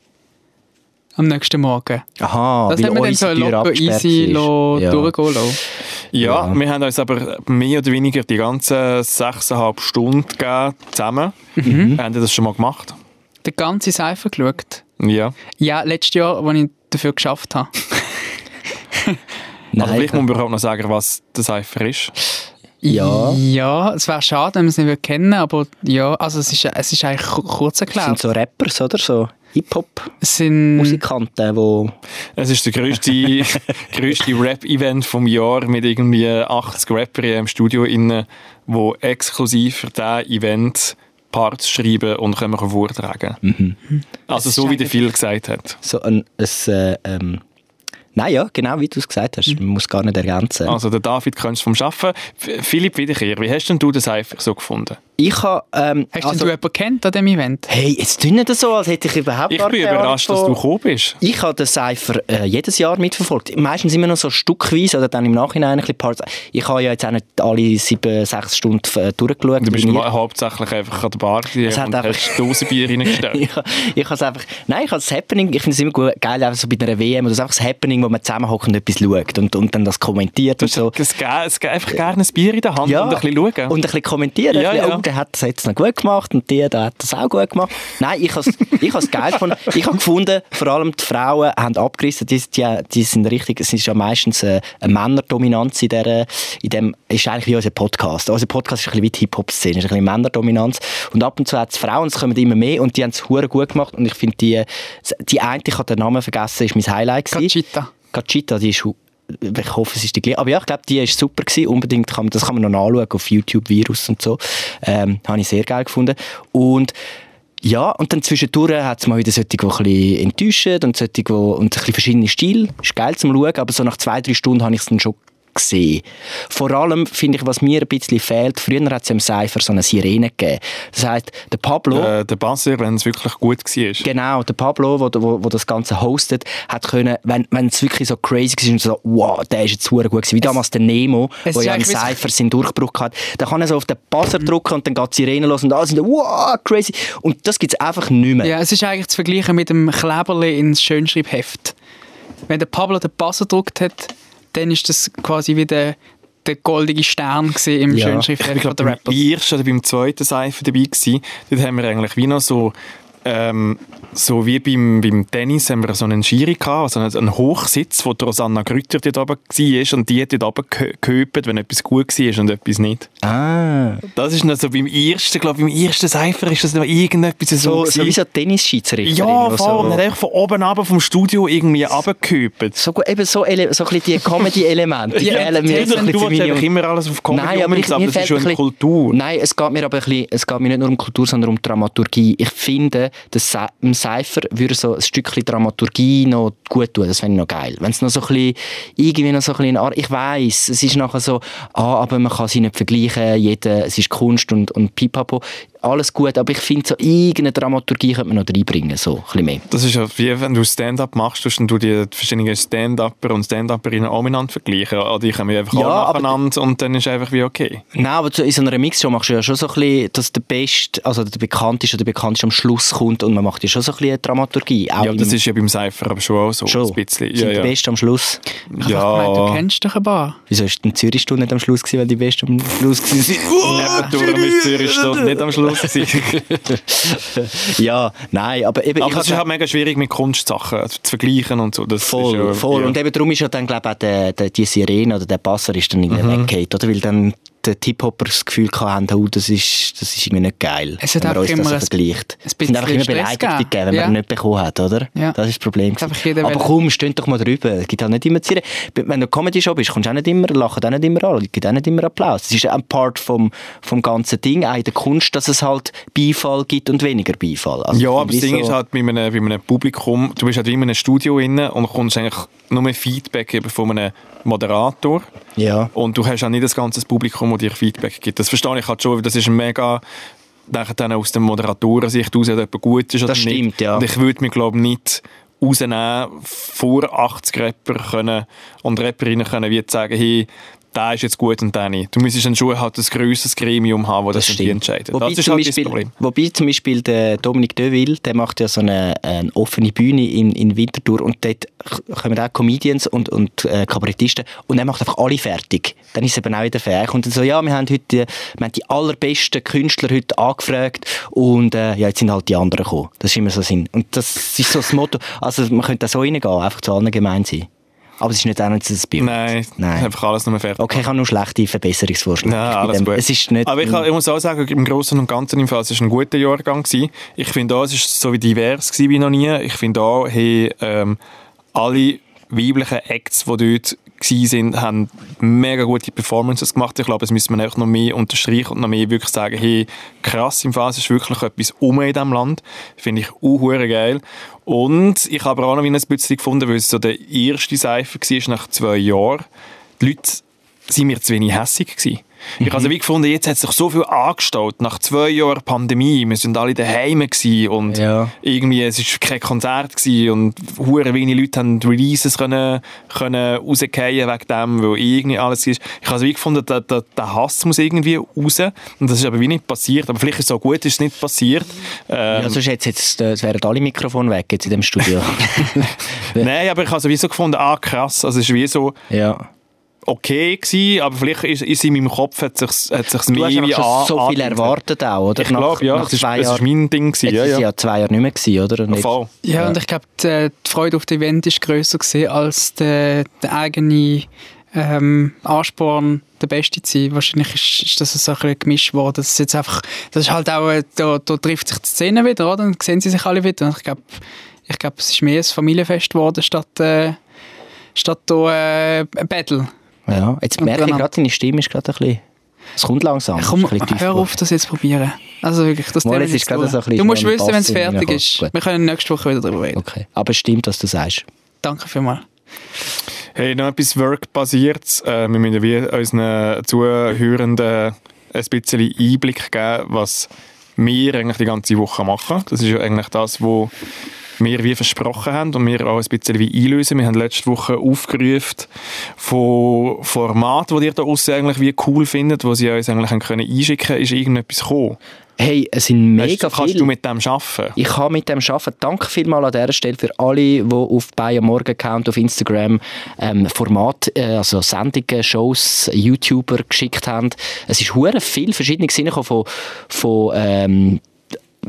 S3: am nächsten Morgen.
S2: Aha,
S3: Das
S2: Ah, weil
S3: haben wir dann so
S2: unsere Tür
S3: locker
S2: abgesperrt
S3: easy
S2: ist.
S3: lo-
S2: Ja.
S3: durchgehen lassen.
S1: Ja,
S2: Ja.
S1: wir haben uns aber mehr oder weniger die ganzen 6,5 Stunden gegeben, zusammen.
S2: Mhm.
S1: Haben ihr das schon mal gemacht?
S3: Den ganzen Cypher geschaut.
S1: Ja.
S3: Ja, letztes Jahr, als ich dafür geschafft habe.
S1: Also
S2: Nein, äh,
S1: vielleicht muss man überhaupt noch sagen, was das einfach ist.
S2: Ja.
S3: Ja, es wäre schade, wenn wir es nicht kennen aber ja, also es ist, es ist eigentlich ku- kurz
S2: das sind
S3: erklärt.
S2: so Rappers, oder? So Hip-Hop-Musikanten,
S3: Es sind Mhm.
S2: die...
S1: Es ist der grösste, grösste Rap-Event vom Jahr mit irgendwie 80 Rapper hier im Studio innen, wo exklusiv für dieses Event Parts schreiben und können wir vortragen.
S2: Mhm.
S1: Also
S3: Es
S1: so
S3: ist
S1: wie der Phil gesagt hat.
S2: So ein... ein äh, ähm, Nein, ja, genau wie du es gesagt hast.
S3: Mhm.
S2: Man muss gar nicht ergänzen.
S3: Ah.
S1: Also der David könntest vom Schaffen. Philipp Wiederkehr, wie hast denn du das einfach so gefunden?
S2: Ich habe... Ähm,
S3: Hast
S2: also,
S3: denn du jemanden kennt an diesem Event?
S2: hey, jetzt tun nicht so, als hätte ich überhaupt
S1: Ich
S2: gar
S1: bin
S2: keine Ahnung
S1: überrascht, dass
S2: von-
S1: du gekommen bist.
S2: Ich habe den Cypher äh, jedes Jahr mitverfolgt. Meistens immer noch so stückweise oder dann im Nachhinein ein bisschen Parts. Ich habe ja jetzt auch nicht alle sieben, sechs Stunden äh, durchgeschaut.
S1: Du bist
S2: Bei mir-
S1: mal hauptsächlich einfach an der Bar
S2: Es
S1: gewesen
S2: hat
S1: und
S2: einfach-
S1: hast Dosenbier reingestellt.
S2: ich ich habe es einfach, nein, ich habe das Happening, ich finde es immer gut, geil, einfach so bei einer WM, oder so einfach das Happening, wo man zusammenhockt und etwas schaut und, und dann das kommentiert
S1: Du
S2: und
S1: hast
S2: so.
S1: es ge- es ge- einfach gerne ein Bier in der Hand und ein bisschen schauen.
S2: Und ein bisschen kommentieren.
S1: Ja,
S2: ein bisschen,
S1: ja.
S2: Oh, der hat das jetzt noch gut gemacht und die, der hat das auch gut gemacht. Nein, ich habe es ich has geil gefunden. Ich habe gefunden, vor allem die Frauen haben abgerissen. Die, die, die sind richtig, es ist ja meistens äh, eine Männerdominanz in der, in dem, ist eigentlich wie unser Podcast. Unser Podcast ist ein bisschen wie die Hip-Hop-Szene, ist ein bisschen Männerdominanz. Und ab und zu hat es Frauen, es kommen immer mehr und die haben es hure gut gemacht. Und ich finde, die, die eine, ich habe den Namen vergessen, ist mein Highlight gewesen.
S3: Conchita.
S2: Gachita, die ist, hu- ich hoffe, es ist die gleiche. Aber ja, ich glaube, die ist super gewesen. Unbedingt kann man, das kann man noch anschauen auf YouTube, Virus und so. Ähm, habe ich sehr geil gefunden. Und ja, und dann zwischendurch hat es mal wieder solche, die ein bisschen enttäuschen und solche, die, und ein bisschen verschiedene Stile. Ist geil zum Schauen, aber so nach zwei, drei Stunden habe ich es dann schon gesehen. Vor allem finde ich, was mir ein bisschen fehlt, früher hat es im Cypher so eine Sirene gegeben. Das heisst, der Pablo...
S1: Äh, der Basser, wenn es wirklich gut war.
S2: Genau, der Pablo, wo, wo, wo das Ganze hostet, hat können, wenn wenn es wirklich so crazy war und so, wow, der ist jetzt super gut gewesen. Wie damals der Nemo,
S3: es
S2: wo
S3: ist
S2: ja im
S3: eigentlich wie-
S2: Cypher seinen Durchbruch hat. Da kann er so auf den Buzzer
S1: Mhm.
S2: drücken und dann geht die Sirene los und alle sind, wow, crazy. Und das gibt es einfach nicht mehr.
S3: Ja, es ist eigentlich zu vergleichen mit dem Kleberli ins Schönschreibheft. Wenn der Pablo den Pass gedruckt hat, dann ist das quasi wie der, der goldige Stern gewesen im
S2: Ja.
S1: Ich
S3: Schönschreibheft von
S1: glaube,
S3: der
S1: beim
S3: Rappers.
S1: ersten oder beim zweiten Seife dabei gewesen. Dort haben wir eigentlich wie noch so, ähm, so wie beim, beim Tennis haben wir so einen Schiri gehabt, also einen, einen Hochsitz, wo die Rosanna Grütter dort oben war und die hat dort oben gehö- gehöpelt, wenn etwas gut war und etwas nicht.
S2: Ah,
S1: Das ist noch so beim ersten, glaube beim ersten Seifer ist das noch irgendetwas so,
S2: so, so wie
S1: gewesen.
S2: so Tennisschiedsrichterin.
S1: Ja,
S2: die
S1: voll. Und hat
S2: So,
S1: einfach von oben ab vom Studio irgendwie runtergehöpelt.
S2: so, gut, eben so, ele- so ein bisschen die Comedy-Elemente. Die
S1: Ja,
S2: fehlen mir jetzt ein
S1: du
S2: bisschen für
S1: willst
S2: meine
S1: einfach immer alles auf Comedy
S2: Nein, aber ich,
S1: ummünzen, aber
S2: mir
S1: das ist
S2: fehlt
S1: schon
S2: ein
S1: eine
S2: bisschen-
S1: Kultur.
S2: Nein, es geht mir aber ein bisschen, es geht mir nicht nur um Kultur, sondern um Dramaturgie. Ich finde, dass Se- im Cypher würde so ein Stückchen Dramaturgie noch gut tun. Das fände ich noch geil. Wenn es noch so ein bisschen, irgendwie noch so ein bisschen, eine Art- ich weiß, es ist nachher so, ah, aber man kann sie nicht vergleichen, jeder, es ist Kunst und, und pipapo. Alles gut, aber ich finde, so irgendeine Dramaturgie könnte man noch reinbringen, so ein bisschen mehr.
S1: Das ist ja wie wenn du Stand-up machst, tust dann du die verschiedenen Stand-Upper und Stand-Upperinnen auch miteinander vergleichen. Oder die kommen einfach
S2: Ja,
S1: alle
S2: aber-
S1: nacheinander und dann ist einfach wie okay.
S2: Nein, aber zu- in so einer Mixshow machst du ja schon so ein bisschen, dass der Best, also der Bekannteste oder der Bekannteste am Schluss kommt und man macht ja schon so ein bisschen eine Dramaturgie. Auch
S1: Ja,
S2: im-
S1: das ist ja beim Cypher aber schon auch so.
S2: Schon.
S1: Ein bisschen.
S2: Sind
S1: Ja,
S2: die
S1: ja.
S2: Besten am Schluss.
S3: Ich dachte,
S1: Ja.
S3: mein, du kennst doch ein paar.
S2: Wieso ist denn Zürichstunde nicht am Schluss gewesen, weil die Besten am Schluss
S1: Oh,
S2: waren?
S1: Nebendurch mit Zürich steht nicht am Schluss. gewesen.
S2: ja, nein, aber eben...
S1: aber
S2: ich
S1: es ist
S2: hab-
S1: halt mega schwierig mit Kunstsachen zu vergleichen und so. Das
S2: Voll,
S1: ist ja,
S2: voll.
S1: Ja.
S2: Und eben darum ist ja dann, glaube ich, auch der, der, die Sirene oder der Passer ist dann irgendwie
S3: Mhm.
S2: weggeht, oder? Weil dann die Hip-Hopper das Gefühl hatten, oh, das ist, das ist irgendwie nicht geil,
S3: Es hat
S2: wenn man
S3: einfach
S2: uns das
S3: immer
S2: so
S3: ein-
S2: vergleicht.
S3: ein
S2: Es sind einfach
S3: bisschen
S2: immer
S3: Stress
S2: Beleidigungen
S3: gegeben,
S2: gegeben, wenn
S3: ja.
S2: man nicht bekommen hat, oder?
S3: Ja.
S2: Das ist das Problem.
S3: Einfach
S2: gewesen.
S3: jeder
S2: Aber
S3: will-
S2: komm, steh doch mal drüber. Es gibt halt nicht immer Sirene. Wenn du Comedy-Show bist, kommst du auch nicht immer, lachen auch nicht immer an, gibt auch nicht immer Applaus. Es ist auch ein Part vom, vom ganzen Ding, auch in der Kunst, dass es halt Beifall gibt und weniger Beifall. Also
S1: Ja,
S2: ich
S1: aber das
S2: finde,
S1: Ding ist
S2: so-
S1: halt, bei einem, bei einem Publikum, du bist halt wie in einem Studio inne und kommst eigentlich nur mehr Feedback eben von einem Moderator.
S2: Ja.
S1: Und du hast auch nicht das ganze Publikum, das dir Feedback gibt. Das verstehe ich halt schon, weil das ist ein mega... Nachher dann aus der Moderatorensicht aus, ob jemand gut ist oder
S2: Das
S1: nicht.
S2: stimmt, ja.
S1: Und ich würde mir, glaube ich, nicht rausnehmen, vor 80 Rapper können und Rapperinnen können wie jetzt sagen, hey, der ist jetzt gut und der nicht. Du müsstest dann schon halt ein grösseres Gremium haben, wo das, das entscheidet.
S2: Wobei,
S1: das ist
S2: zum
S1: halt das
S2: Beispiel,
S1: Problem.
S2: wobei zum Beispiel der Dominik Deville, der macht ja so eine, eine offene Bühne in, in Winterthur und dort k- kommen auch Comedians und, und äh, Kabarettisten und er macht einfach alle fertig. Dann ist es eben auch wieder fertig. Und dann so, ja, wir haben heute die, wir haben die allerbesten Künstler heute angefragt und äh, ja, jetzt sind halt die anderen gekommen. Das ist immer so Sinn. Und das ist so das Motto. Also man könnte da so reingehen, einfach zu allen gemein sein. Aber es ist nicht auch nicht das Bild.
S1: Nein,
S2: Nein.
S1: einfach alles nur fertig.
S2: Okay, ich habe nur schlechte Verbesserungsvorschläge.
S1: Nein,
S2: bei
S1: alles
S2: dem.
S1: gut.
S2: Es ist nicht...
S1: Aber ich, kann, ich muss auch sagen, im Großen und Ganzen im Fall, es war ein guter Jahrgang. Gewesen. Ich finde auch, es war so wie divers gewesen wie noch nie. Ich finde auch, hey, ähm, alle weiblichen Acts, die dort gewesen sind, haben mega gute Performances gemacht. Ich glaube, das müssen wir auch noch mehr unterstreichen und noch mehr wirklich sagen, hey, krass, im Fall, es ist wirklich etwas um in diesem Land. Finde ich auch hure geil. Und ich habe aber auch noch wie ein bisschen gefunden, weil es so der erste Seifer war nach zwei Jahren. Die Leute sind mir zu wenig hässig gewesen. Ich
S2: Mhm.
S1: habe also wie gefunden, jetzt hat sich so viel angestaut, nach zwei Jahren Pandemie, wir sind alle daheim gewesen und
S2: Ja.
S1: irgendwie, es war kein Konzert gewesen und hure wenige Leute haben die Releases können, können rausgehen wegen dem, weil irgendwie alles ist. Ich habe also wie gefunden, der, der, der Hass muss irgendwie raus und das ist aber wie nicht passiert, aber vielleicht ist es auch gut, ist es nicht passiert. Ähm,
S2: Ja, sonst jetzt, jetzt, äh, es wären alle Mikrofone weg jetzt in dem Studio.
S1: Nein, aber ich habe also wie so gefunden, ah krass, also es ist wie so,
S2: ja.
S1: okay gewesen, aber vielleicht ist, ist in meinem Kopf hat sich hat sich's
S2: Du
S1: mehr
S2: hast
S1: wie
S2: einfach
S1: an-
S2: schon so viel
S1: angedeutet.
S2: erwartet auch, oder?
S1: Ich glaube, ja,
S2: nach
S1: es ist,
S2: zwei
S1: es ist
S2: Jahren.
S1: mein Ding
S2: Jetzt
S1: gewesen.
S2: ja,
S1: Ja, ja.
S2: ja zwei Jahre nicht mehr gewesen, oder? Und jetzt-
S1: Voll.
S3: Ja, und ich glaube, die, äh, die Freude auf das Event ist grösser gewesen, als der, der eigene ähm, Ansporn, der Beste zu sein. Wahrscheinlich ist, ist das so ein bisschen gemischt worden. Das ist jetzt einfach, das ist halt auch, äh, da, da trifft sich die Szene wieder, oder? Dann sehen sie sich alle wieder. Und ich glaube, ich glaub, es ist mehr ein Familienfest geworden, statt, äh, statt da, äh, ein Battle.
S2: Ja. Jetzt
S3: Und
S2: merke ich
S3: dann-
S2: gerade, deine Stimme ist gerade ein bisschen... Es kommt langsam.
S3: Komm,
S2: es ist ein bisschen
S3: hör
S2: tief.
S3: auf, das jetzt probieren. Also wirklich, das
S2: Mal,
S3: nehmen wir
S2: es
S3: jetzt
S2: ist gerade
S3: durch.
S2: so ein bisschen
S3: Du musst
S2: schnell
S3: wissen, wenn es
S2: Bass in den
S3: fertig ist.
S2: Kopf. Gut.
S3: Wir können nächste Woche wieder darüber reden.
S2: Okay. Aber es stimmt, was du sagst.
S3: Danke vielmals.
S1: Hey, noch etwas Work-basiertes. Äh, wir müssen wie unseren Zuhörenden ein bisschen Einblick geben, was wir eigentlich die ganze Woche machen. Das ist ja eigentlich das, was wir wie versprochen haben und wir auch ein bisschen wie einlösen. Wir haben letzte Woche aufgerufen von Formaten, die ihr da draussen eigentlich wie cool findet, die sie uns eigentlich haben können einschicken können. Ist irgendetwas gekommen?
S2: Hey, es sind
S1: Hast
S2: mega
S1: du- kannst
S2: viele...
S1: du mit dem arbeiten?
S2: Ich kann mit dem arbeiten. Danke vielmals an dieser Stelle für alle, die auf Bayern Morgen Account auf Instagram ähm, Format, äh, also Sendungen, Shows, YouTuber geschickt haben. Es ist hure viel verschiedene Sinne von, von ähm,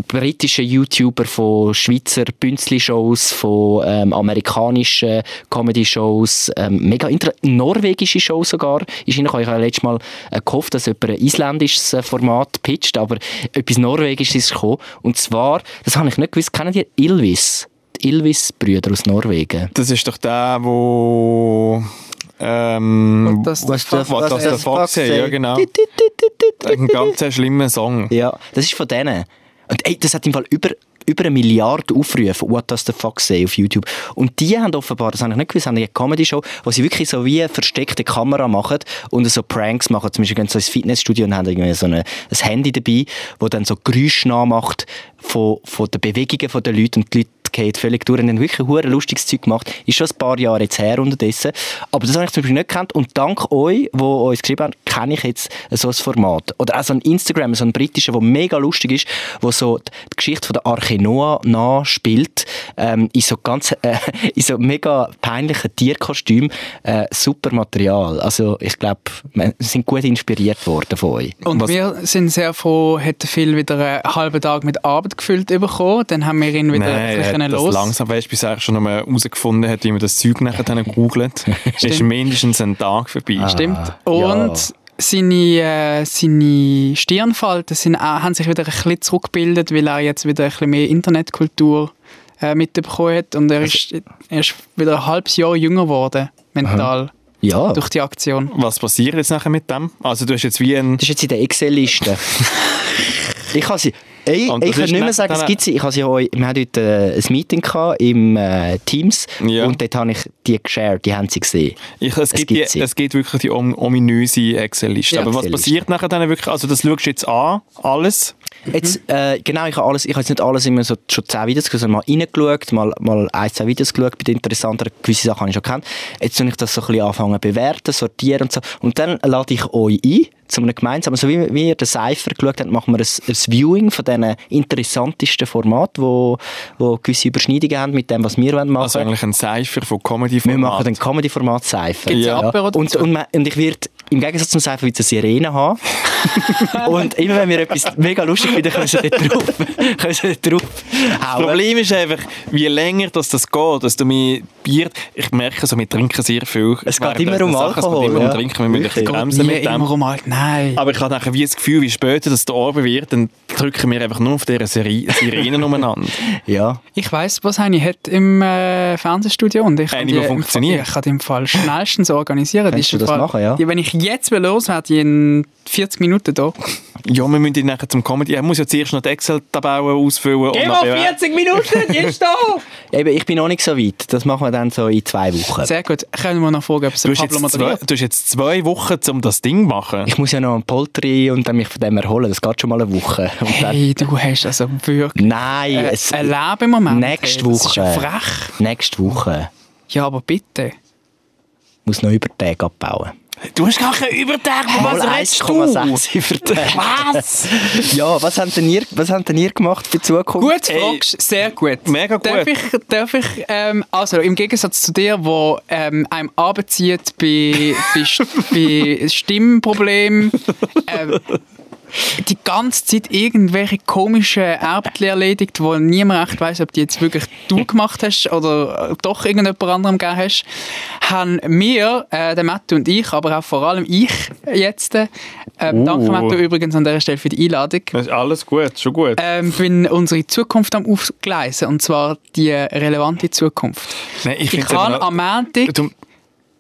S2: britischen YouTuber, von Schweizer Bünzli-Shows, von ähm, amerikanischen Comedy-Shows, ähm, mega inter norwegische Shows sogar. Ist reingekommen. Ich habe letztes Mal äh, gehofft, dass jemand ein isländisches äh, Format pitcht, aber etwas Norwegisches ist gekommen. Und zwar, das habe ich nicht gewusst, kennen die Ilvis? Die Ilvis-Brüder aus Norwegen.
S1: Das ist doch der, wo ähm,
S3: Und das-
S1: was der,
S3: Was der-
S1: was
S2: was
S1: der
S2: der
S1: Fox
S2: Fox
S1: sagt, ja
S2: sagt.
S1: genau. Ein ganz schlimmer Song.
S2: Ja, das ist von denen. Und ey, das hat im Fall über, über eine Milliarde Aufrufe, What Does the Fuck Say auf YouTube. Und die haben offenbar, das habe ich nicht gewusst, haben eine Comedy-Show, wo sie wirklich so wie eine versteckte Kamera machen und so Pranks machen. Zum Beispiel gehen sie so ins Fitnessstudio und haben irgendwie so eine, ein Handy dabei, wo dann so Geräusche nachmacht von, von den Bewegungen der Leute und die Leute fallen völlig durch und haben wirklich ein lustiges Zeug gemacht. Ist schon ein paar Jahre jetzt her unterdessen. Aber das habe ich zum Beispiel nicht gekannt. Und dank euch, die uns geschrieben haben, kenne ich jetzt so ein Format. Oder auch so ein Instagram, so ein britischer, der mega lustig ist, wo so die die Geschichte von der Arche Noah nachspielt, ähm, in so ganz, äh, in so mega peinlichen Tierkostüm. Äh, super Material. Also ich glaube, wir sind gut inspiriert worden von euch.
S3: Und
S1: Was-
S3: wir sind sehr froh, hat der Phil wieder einen halben Tag mit Arbeit gefüllt bekommen. Dann haben wir ihn wieder
S1: Nein,
S3: ein
S1: er hat
S3: bisschen
S1: das
S3: los.
S1: langsam, weißt du, bis er schon einmal herausgefunden hat, wie man das Zeug nachher dann googelt. ist mindestens ein Tag vorbei.
S3: Stimmt.
S2: Ah, ja.
S3: Und seine, äh, seine Stirnfalten sind, auch- haben sich wieder ein bisschen zurückgebildet, weil er jetzt wieder ein bisschen mehr Internetkultur äh, mitbekommen hat. Und er ist, er ist wieder ein halbes Jahr jünger geworden, mental,
S2: Ja.
S3: durch die Aktion.
S1: Was passiert jetzt nachher mit dem? Also du hast jetzt wie ein...
S2: Das ist jetzt in der Excel-Liste. ich habe sie. Ey,
S1: Und das
S2: ich kann
S1: ist
S2: nicht mehr
S1: neben
S2: sagen, es
S1: diesen-
S2: gibt sie. Ich habe sie heute, wir hatten heute äh, ein Meeting gehabt im äh, Teams
S1: Ja.
S2: und dort habe ich die geshared, die haben sie gesehen.
S1: Ich, es, gibt
S2: gibt
S1: die,
S2: sie.
S1: es gibt wirklich die om- ominöse Excel-Liste.
S3: Ja.
S1: Aber was
S2: Excel-Liste.
S1: passiert nachher dann wirklich? Also das schaust du jetzt an, alles.
S2: Jetzt, äh, genau, ich habe, alles, ich habe jetzt nicht alles immer so schon 10 Videos gesehen, sondern mal reingeschaut, mal, mal ein, zwei Videos geschaut, bei den interessanteren, gewisse Sachen habe ich schon kennt. Jetzt tue ich das so ein bisschen anfangen bewerten, sortieren und so. Und dann lade ich euch ein, zu einem gemeinsamen, so wie wir den Cypher geschaut haben, machen wir ein, ein Viewing von diesen interessantesten Formaten, wo, wo gewisse Überschneidungen haben mit dem, was wir machen wollen.
S1: Also eigentlich ein Cypher von comedy
S2: Wir machen ein Comedy-Format Seife.
S1: Gibt's
S3: ein Apero
S2: Und,
S3: dazu?
S2: und, man- und ich werde im Gegensatz zum Seife eine Sirene haben. und immer wenn wir etwas mega lustig finden, können sie dort drauf, können sie dort drauf
S1: Das
S2: hauen.
S1: Problem ist einfach, wie länger das, das geht, desto mehr Bier. Ich merke, so, wir trinken sehr viel.
S2: Es geht
S1: Während
S2: immer
S1: dieser
S2: um
S1: Sache, Es
S2: Alkohol,
S1: geht immer
S2: ja.
S1: um Trinken, wir müssen ein bisschen
S2: Wirklich.
S3: Geht
S1: bremsen
S3: nie
S1: mit dem.
S3: immer um alt. Nein.
S1: Aber ich habe nachher wie das Gefühl, wie später das da oben wird, dann drücken wir einfach nur auf dieser Siri- Sirene umeinander.
S2: Ja.
S3: Ich weiss, was Heini hat im äh, Fernsehstudio und ich
S1: Eine, die funktioniert.
S3: Im Fall, ich kann die im Fall schnellstens organisieren. Die
S2: Kannst
S3: ist
S2: du
S3: im
S2: das
S3: Fall,
S2: machen, ja?
S3: Die, wenn ich jetzt will los wäre die in 40 Minuten da.
S1: Ja, wir müssen ihn nachher zum Comedy. Er muss ja zuerst noch die Excel-Tabelle ausfüllen. und
S3: Immer
S1: noch bewerten.
S3: 40 Minuten, die ist da!
S2: Eben, ich bin noch nicht so weit. Das machen wir dann so in zwei Wochen.
S3: Sehr gut. Können wir noch fragen, ob es
S1: Du
S3: ein
S1: hast,
S3: Pablo
S1: jetzt zwei,
S3: moderiert?
S1: du hast jetzt zwei Wochen, um das Ding zu machen.
S2: Ich muss ja noch einen Polteri und dann mich von dem erholen. Das geht schon mal eine Woche. Und dann,
S3: Hey, du hast also wirklich
S2: nein,
S3: äh,
S2: es,
S3: ein Leben im Moment.
S2: nächste
S3: Hey, Das ist ja
S2: Woche.
S3: frech.
S2: nächste Woche
S3: Ja, aber bitte.
S2: muss noch Übertag abbauen.
S1: Du hast gar keinen Übertag, von
S2: Mal 1,6 Übertag.
S1: Was?
S2: Ja, was habt denn ihr, was habt denn ihr gemacht für die Zukunft?
S3: Gut fragst, sehr gut.
S1: mega gut.
S3: Darf ich, darf ich ähm, also im Gegensatz zu dir, wo ähm, einem anbezieht bei, bei, St- bei Stimmproblemen, ähm, die ganze Zeit irgendwelche komischen Erbtel erledigt, wo niemand echt weiß, ob die jetzt wirklich du gemacht hast oder äh, doch irgendjemand anderem gegeben hast, haben wir, äh, der Matt und ich, aber auch vor allem ich jetzt, äh,
S1: Uh.
S3: danke Matt übrigens an dieser Stelle für die Einladung,
S1: Das ist alles gut, schon gut.
S3: ähm, bin unsere Zukunft am Aufgleisen, und zwar die relevante Zukunft.
S1: Nein,
S3: Ich,
S1: find's
S3: kann
S1: eben noch-
S3: am Montag...
S1: Du-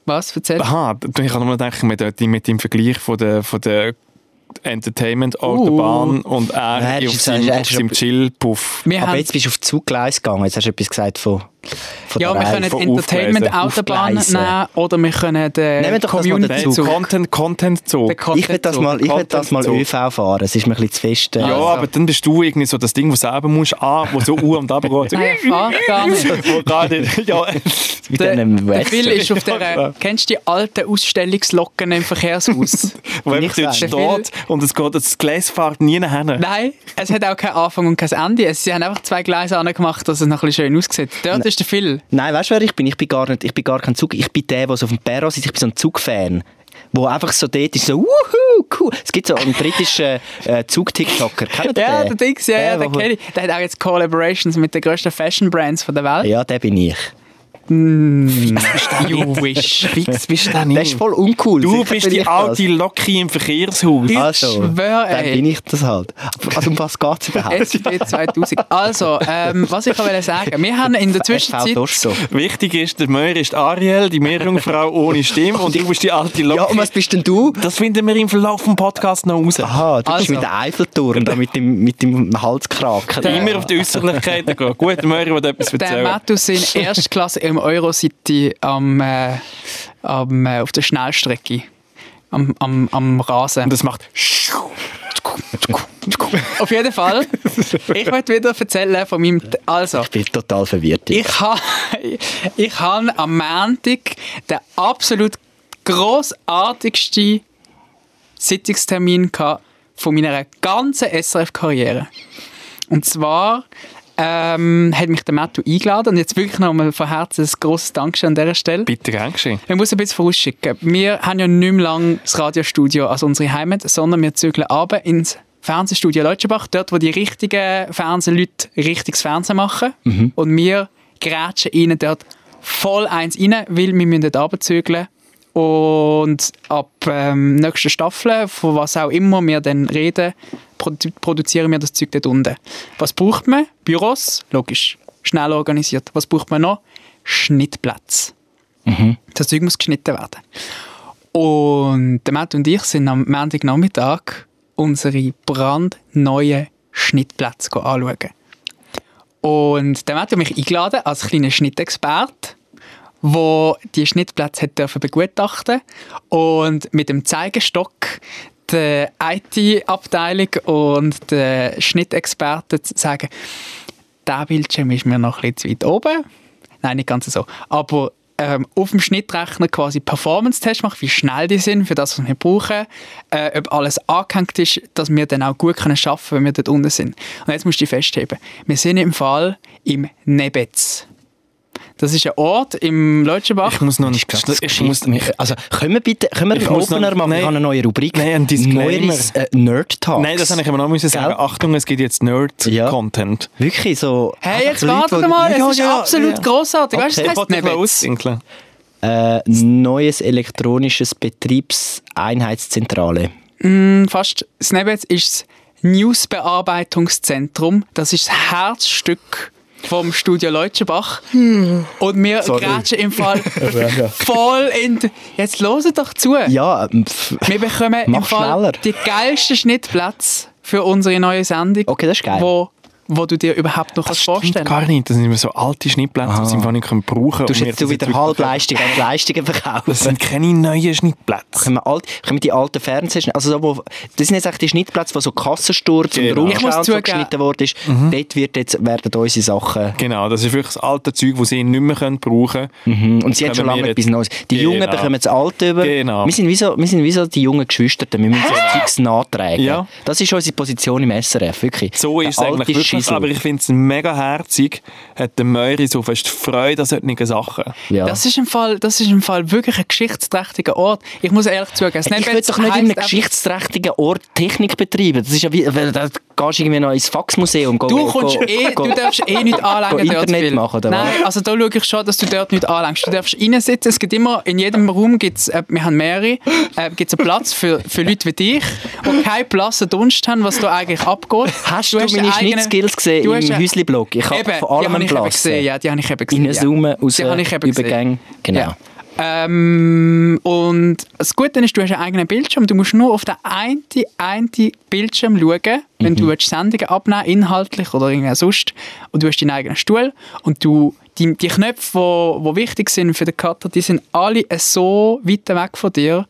S3: Was, erzähl?
S2: Ah,
S1: Aha, du- ich habe nur gedacht, mit, der- mit dem Vergleich von der, von der Entertainment Autobahn und er
S2: Uh. Nein, er
S1: auf
S2: ist-
S1: seinem,
S2: er ist-
S1: auf seinem Chill-Puff.
S3: Wir
S2: Aber
S3: haben,
S2: jetzt bist du auf Zugleis gegangen. Jetzt hast du etwas gesagt von, von
S3: ja,
S2: der
S3: wir
S2: Reihe.
S1: von
S3: können Entertainment-Autobahn
S2: Aufgleisen.
S3: nehmen oder wir können
S2: Nehmen
S3: den
S2: doch das mal
S1: Nein,
S2: Zug.
S1: Zug.
S3: Community-Zug.
S1: Content, Content Zug.
S3: Den Content-Zug.
S2: ich will das mal, ich will das mal
S1: Content-Zug.
S2: ÖV fahren. Es ist mir ein bisschen zu fest. äh,
S1: ja,
S3: also.
S1: aber dann bist du irgendwie so das Ding, das selber musst, an, wo so U und ab geht.
S3: Nein, fahr gar nicht.
S1: Wo gerade, ja,
S2: mit
S3: Der,
S2: einem
S3: der
S2: West.
S3: Phil ist auf der. äh,
S1: klar.
S3: Kennst du die alten Ausstellungslocken im Verkehrshaus?
S1: wo
S2: Wenn
S1: ich
S2: ich sage,
S1: steht und es geht, das Gleis fährt nie nachher.
S3: Nein, es hat auch keinen Anfang und kein Ende. Sie haben einfach zwei Gleise angemacht, dass es noch ein bisschen schön aussieht. Dort ist der Phil.
S2: Nein, weißt du, wer ich bin? Ich bin gar nicht, ich bin gar kein Zug. Ich bin der, der so auf dem Perro sitzt. Ich bin so ein Zugfan. Wo einfach so dort ist, so, wuhu, cool. Es gibt so einen britischen äh, Zug-TikToker. Kennt ihr
S3: Ja, der
S2: den?
S3: Dings, ja, ja,
S2: Der,
S3: der
S2: wo-
S3: kenne ich. Der hat auch jetzt Collaborations mit den grössten Fashion-Brands von der Welt.
S2: Ja, der bin ich.
S3: You wish.
S1: Fix bist du da
S2: Der ist voll uncool.
S1: Hm. Du
S2: Sicher
S1: bist
S2: bin
S1: die
S2: ich das.
S1: alte Locki im Verkehrshaus.
S2: Also,
S3: schwör,
S2: dann
S3: ey.
S2: bin ich das halt. Aber Also, um was geht es überhaupt?
S3: SB 2000. Also, ähm, was ich auch wollte sagen, wir haben in der
S2: SV
S3: Zwischenzeit...
S2: Dorso.
S1: Wichtig ist, der Möhr ist Ariel, die Meerjungfrau ohne Stimme und du bist die alte Locki.
S2: Ja, und was bist denn du?
S1: das finden wir im Verlauf des Podcasts noch raus.
S2: Aha, du bist
S3: Also.
S2: mit dem Eiffelturm, da mit dem, mit dem Halskraken.
S1: Immer auf die Äußerlichkeiten gehen. Gut, der Möhr, der etwas
S3: Der
S1: erzählen.
S3: Mattus in Erstklasse im Eurocity am, äh, am, äh, auf der Schnellstrecke. Am, am, am Rasen.
S1: Und das macht
S3: Auf jeden Fall. Ich möchte wieder erzählen von meinem... Also,
S2: Ich bin total verwirrt. jetzt.
S3: Ich habe ich han am Montag den absolut grossartigsten Sitzungstermin gehabt von meiner ganzen SRF-Karriere. Und zwar ähm, hat mich der Mattu eingeladen und jetzt wirklich nochmal von Herzen ein grosses Dankeschön an dieser Stelle.
S1: bitte gern geschehen.
S3: Man muss ein bisschen vorausschicken. Wir haben ja nicht mehr lange das Radiostudio als unsere Heimat, sondern wir zügeln runter ins Fernsehstudio Leutschenbach, dort, wo die richtigen Fernsehleute richtiges Fernsehen machen. Und wir grätschen ihnen dort voll eins rein, weil wir müssen dort runterzügeln. Und ab ähm, nächster Staffel, von was auch immer wir dann reden, produ produzieren wir das Zeug dort unten. Was braucht man? Büros? Logisch. Schnell organisiert. Was braucht man noch? Schnittplätze das Zeug muss geschnitten werden. Und der Matt und ich sind am Montagnachmittag unsere brandneuen Schnittplätze anschauen. Und dann hat er mich eingeladen als kleiner Schnittexperte, wo die Schnittplätze hat dürfen begutachten und mit dem Zeigestock der IT-Abteilung und der Schnittexperten zu sagen, der Bildschirm ist mir noch ein bisschen zu weit oben. Nein, nicht ganz so. Aber ähm, auf dem Schnittrechner quasi Performance-Test machen, wie schnell die sind für das, was wir brauchen, äh, ob alles angehängt ist, dass wir dann auch gut können arbeiten können, wenn wir dort unten sind. Und jetzt musst du dich festheben. Wir sind im Fall im Nebetz. Das ist ein Ort im Leutschenbach.
S1: Ich muss noch einen, ich
S2: Ich
S1: muss,
S2: also, können wir bitte können wir
S1: Ich
S2: einen
S1: muss noch-
S2: Opener machen?
S1: nein.
S2: ich habe eine neue Rubrik.
S1: Nein, ein Disclaimer.
S2: Neues äh, Nerd Talks.
S1: nein, das habe ich immer noch müssen sagen.
S2: Gell?
S1: Achtung, es gibt jetzt Nerd-Content.
S2: Wirklich so. einfach
S3: Hey, jetzt wartet
S2: die-
S3: mal, es
S1: Ja,
S3: ist
S1: ja,
S3: absolut
S1: ja.
S3: grossartig. Weißt du, es heisst
S1: Ich will
S3: Nebetz.
S1: auswinkeln.
S2: Äh, neues elektronisches Betriebseinheitszentrale.
S3: fast das Nebetz ist das Newsbearbeitungszentrum. Das ist das Herzstück vom Studio Leutschenbach.
S2: Hm.
S3: Und wir grätschen im Fall voll in... die- Jetzt hört doch zu.
S2: Ja, ähm, pf-
S3: Wir bekommen im
S2: Mach
S3: Fall
S2: schneller.
S3: die geilsten Schnittplätze für unsere neue Sendung.
S2: Okay, das ist geil.
S3: Wo, wo du dir überhaupt noch
S1: Das
S3: kannst
S1: stimmt
S3: vorstellen kannst.
S1: gar nicht. Das sind immer so alte Schnittplätze, die sie im Fall nicht können brauchen
S2: du hast
S1: Und
S2: jetzt
S1: wir-
S2: du wieder Halbleistungen und Leistungen
S1: Das
S2: verkaufen.
S1: sind keine neuen Schnittplätze.
S2: Können wir, alt, können wir die alten Fernsehschnitte, also so, wo, das sind jetzt eigentlich die Schnittplätze, wo so Kassensturz
S1: Genau.
S2: und
S1: Ich
S3: muss
S2: Rundschau und so
S3: zugeben-
S2: geschnitten worden ist. Dort wird jetzt, werden unsere Sachen
S1: Genau, das ist wirklich das alte Zeug, das sie nicht mehr können brauchen können.
S2: Mhm, Und sie haben
S1: Bekommen
S2: schon
S1: wir
S2: lange
S1: jetzt-
S2: etwas Neues. Die Jungen
S1: Genau.
S2: bekommen das Alte über.
S1: Genau.
S2: Wir, sind wie so, wir sind wie so die jungen Geschwister. Wir müssen so Zeugs nachtragen.
S1: Ja.
S2: Das ist unsere Position im SRF, wirklich.
S1: So ist es
S2: Der
S1: eigentlich
S2: alte
S1: wirklich.
S2: Schissel.
S1: Aber ich finde es mega herzig. Hat der Möri so fest Freude an solchen Sachen.
S2: ja.
S3: Das ist, im Fall, das ist im Fall wirklich ein geschichtsträchtiger Ort. Ich muss ehrlich zugeben, das
S2: ich will
S3: Nebetz
S2: doch nicht in einem
S3: heisst einfach-
S2: geschichtsträchtigen Ort Technik betreiben. Das ist ja wie, weil da gehst du irgendwie noch ins Faxmuseum. Go,
S3: Du,
S2: go-
S3: kommst
S2: go-
S3: eh,
S2: go-
S3: du darfst eh nicht anlängen
S2: Go
S3: dort.
S2: Internet
S3: Phil.
S2: machen, oder
S3: Nein, also da schaue ich schon, dass du dort nicht anlängst. Du darfst reinsitzen. Es gibt immer, in jedem Raum gibt es, äh, wir haben mehrere, äh, gibt's einen Platz für, für Leute wie dich, die keinen blassen Dunst haben, was da eigentlich abgeht.
S2: Hast du, meine
S3: einen eigenen-
S2: Schnittskills gesehen
S3: Du hast
S2: im
S3: einen-
S2: Häusli-Blog? Ich habe
S3: Eben,
S2: von allem
S3: die habe
S2: einen
S3: ich eben
S2: Platz.
S3: gesehen. Ja, die habe ich eben gesehen.
S2: Innen,
S3: ja.
S2: Zoomen, raus,
S3: Die habe ich eben gesehen.
S2: Übergänge. Genau.
S3: Ja. Ähm, und das Gute ist, du hast einen eigenen Bildschirm. Du musst nur auf den einen, einen Bildschirm schauen, wenn
S2: Mhm.
S3: du willst Sendungen abnehmen inhaltlich oder irgendwie sonst. Und du hast deinen eigenen Stuhl. Und du, die, die Knöpfe, die wo, wo wichtig sind für den Cutter, die sind alle so weit weg von dir,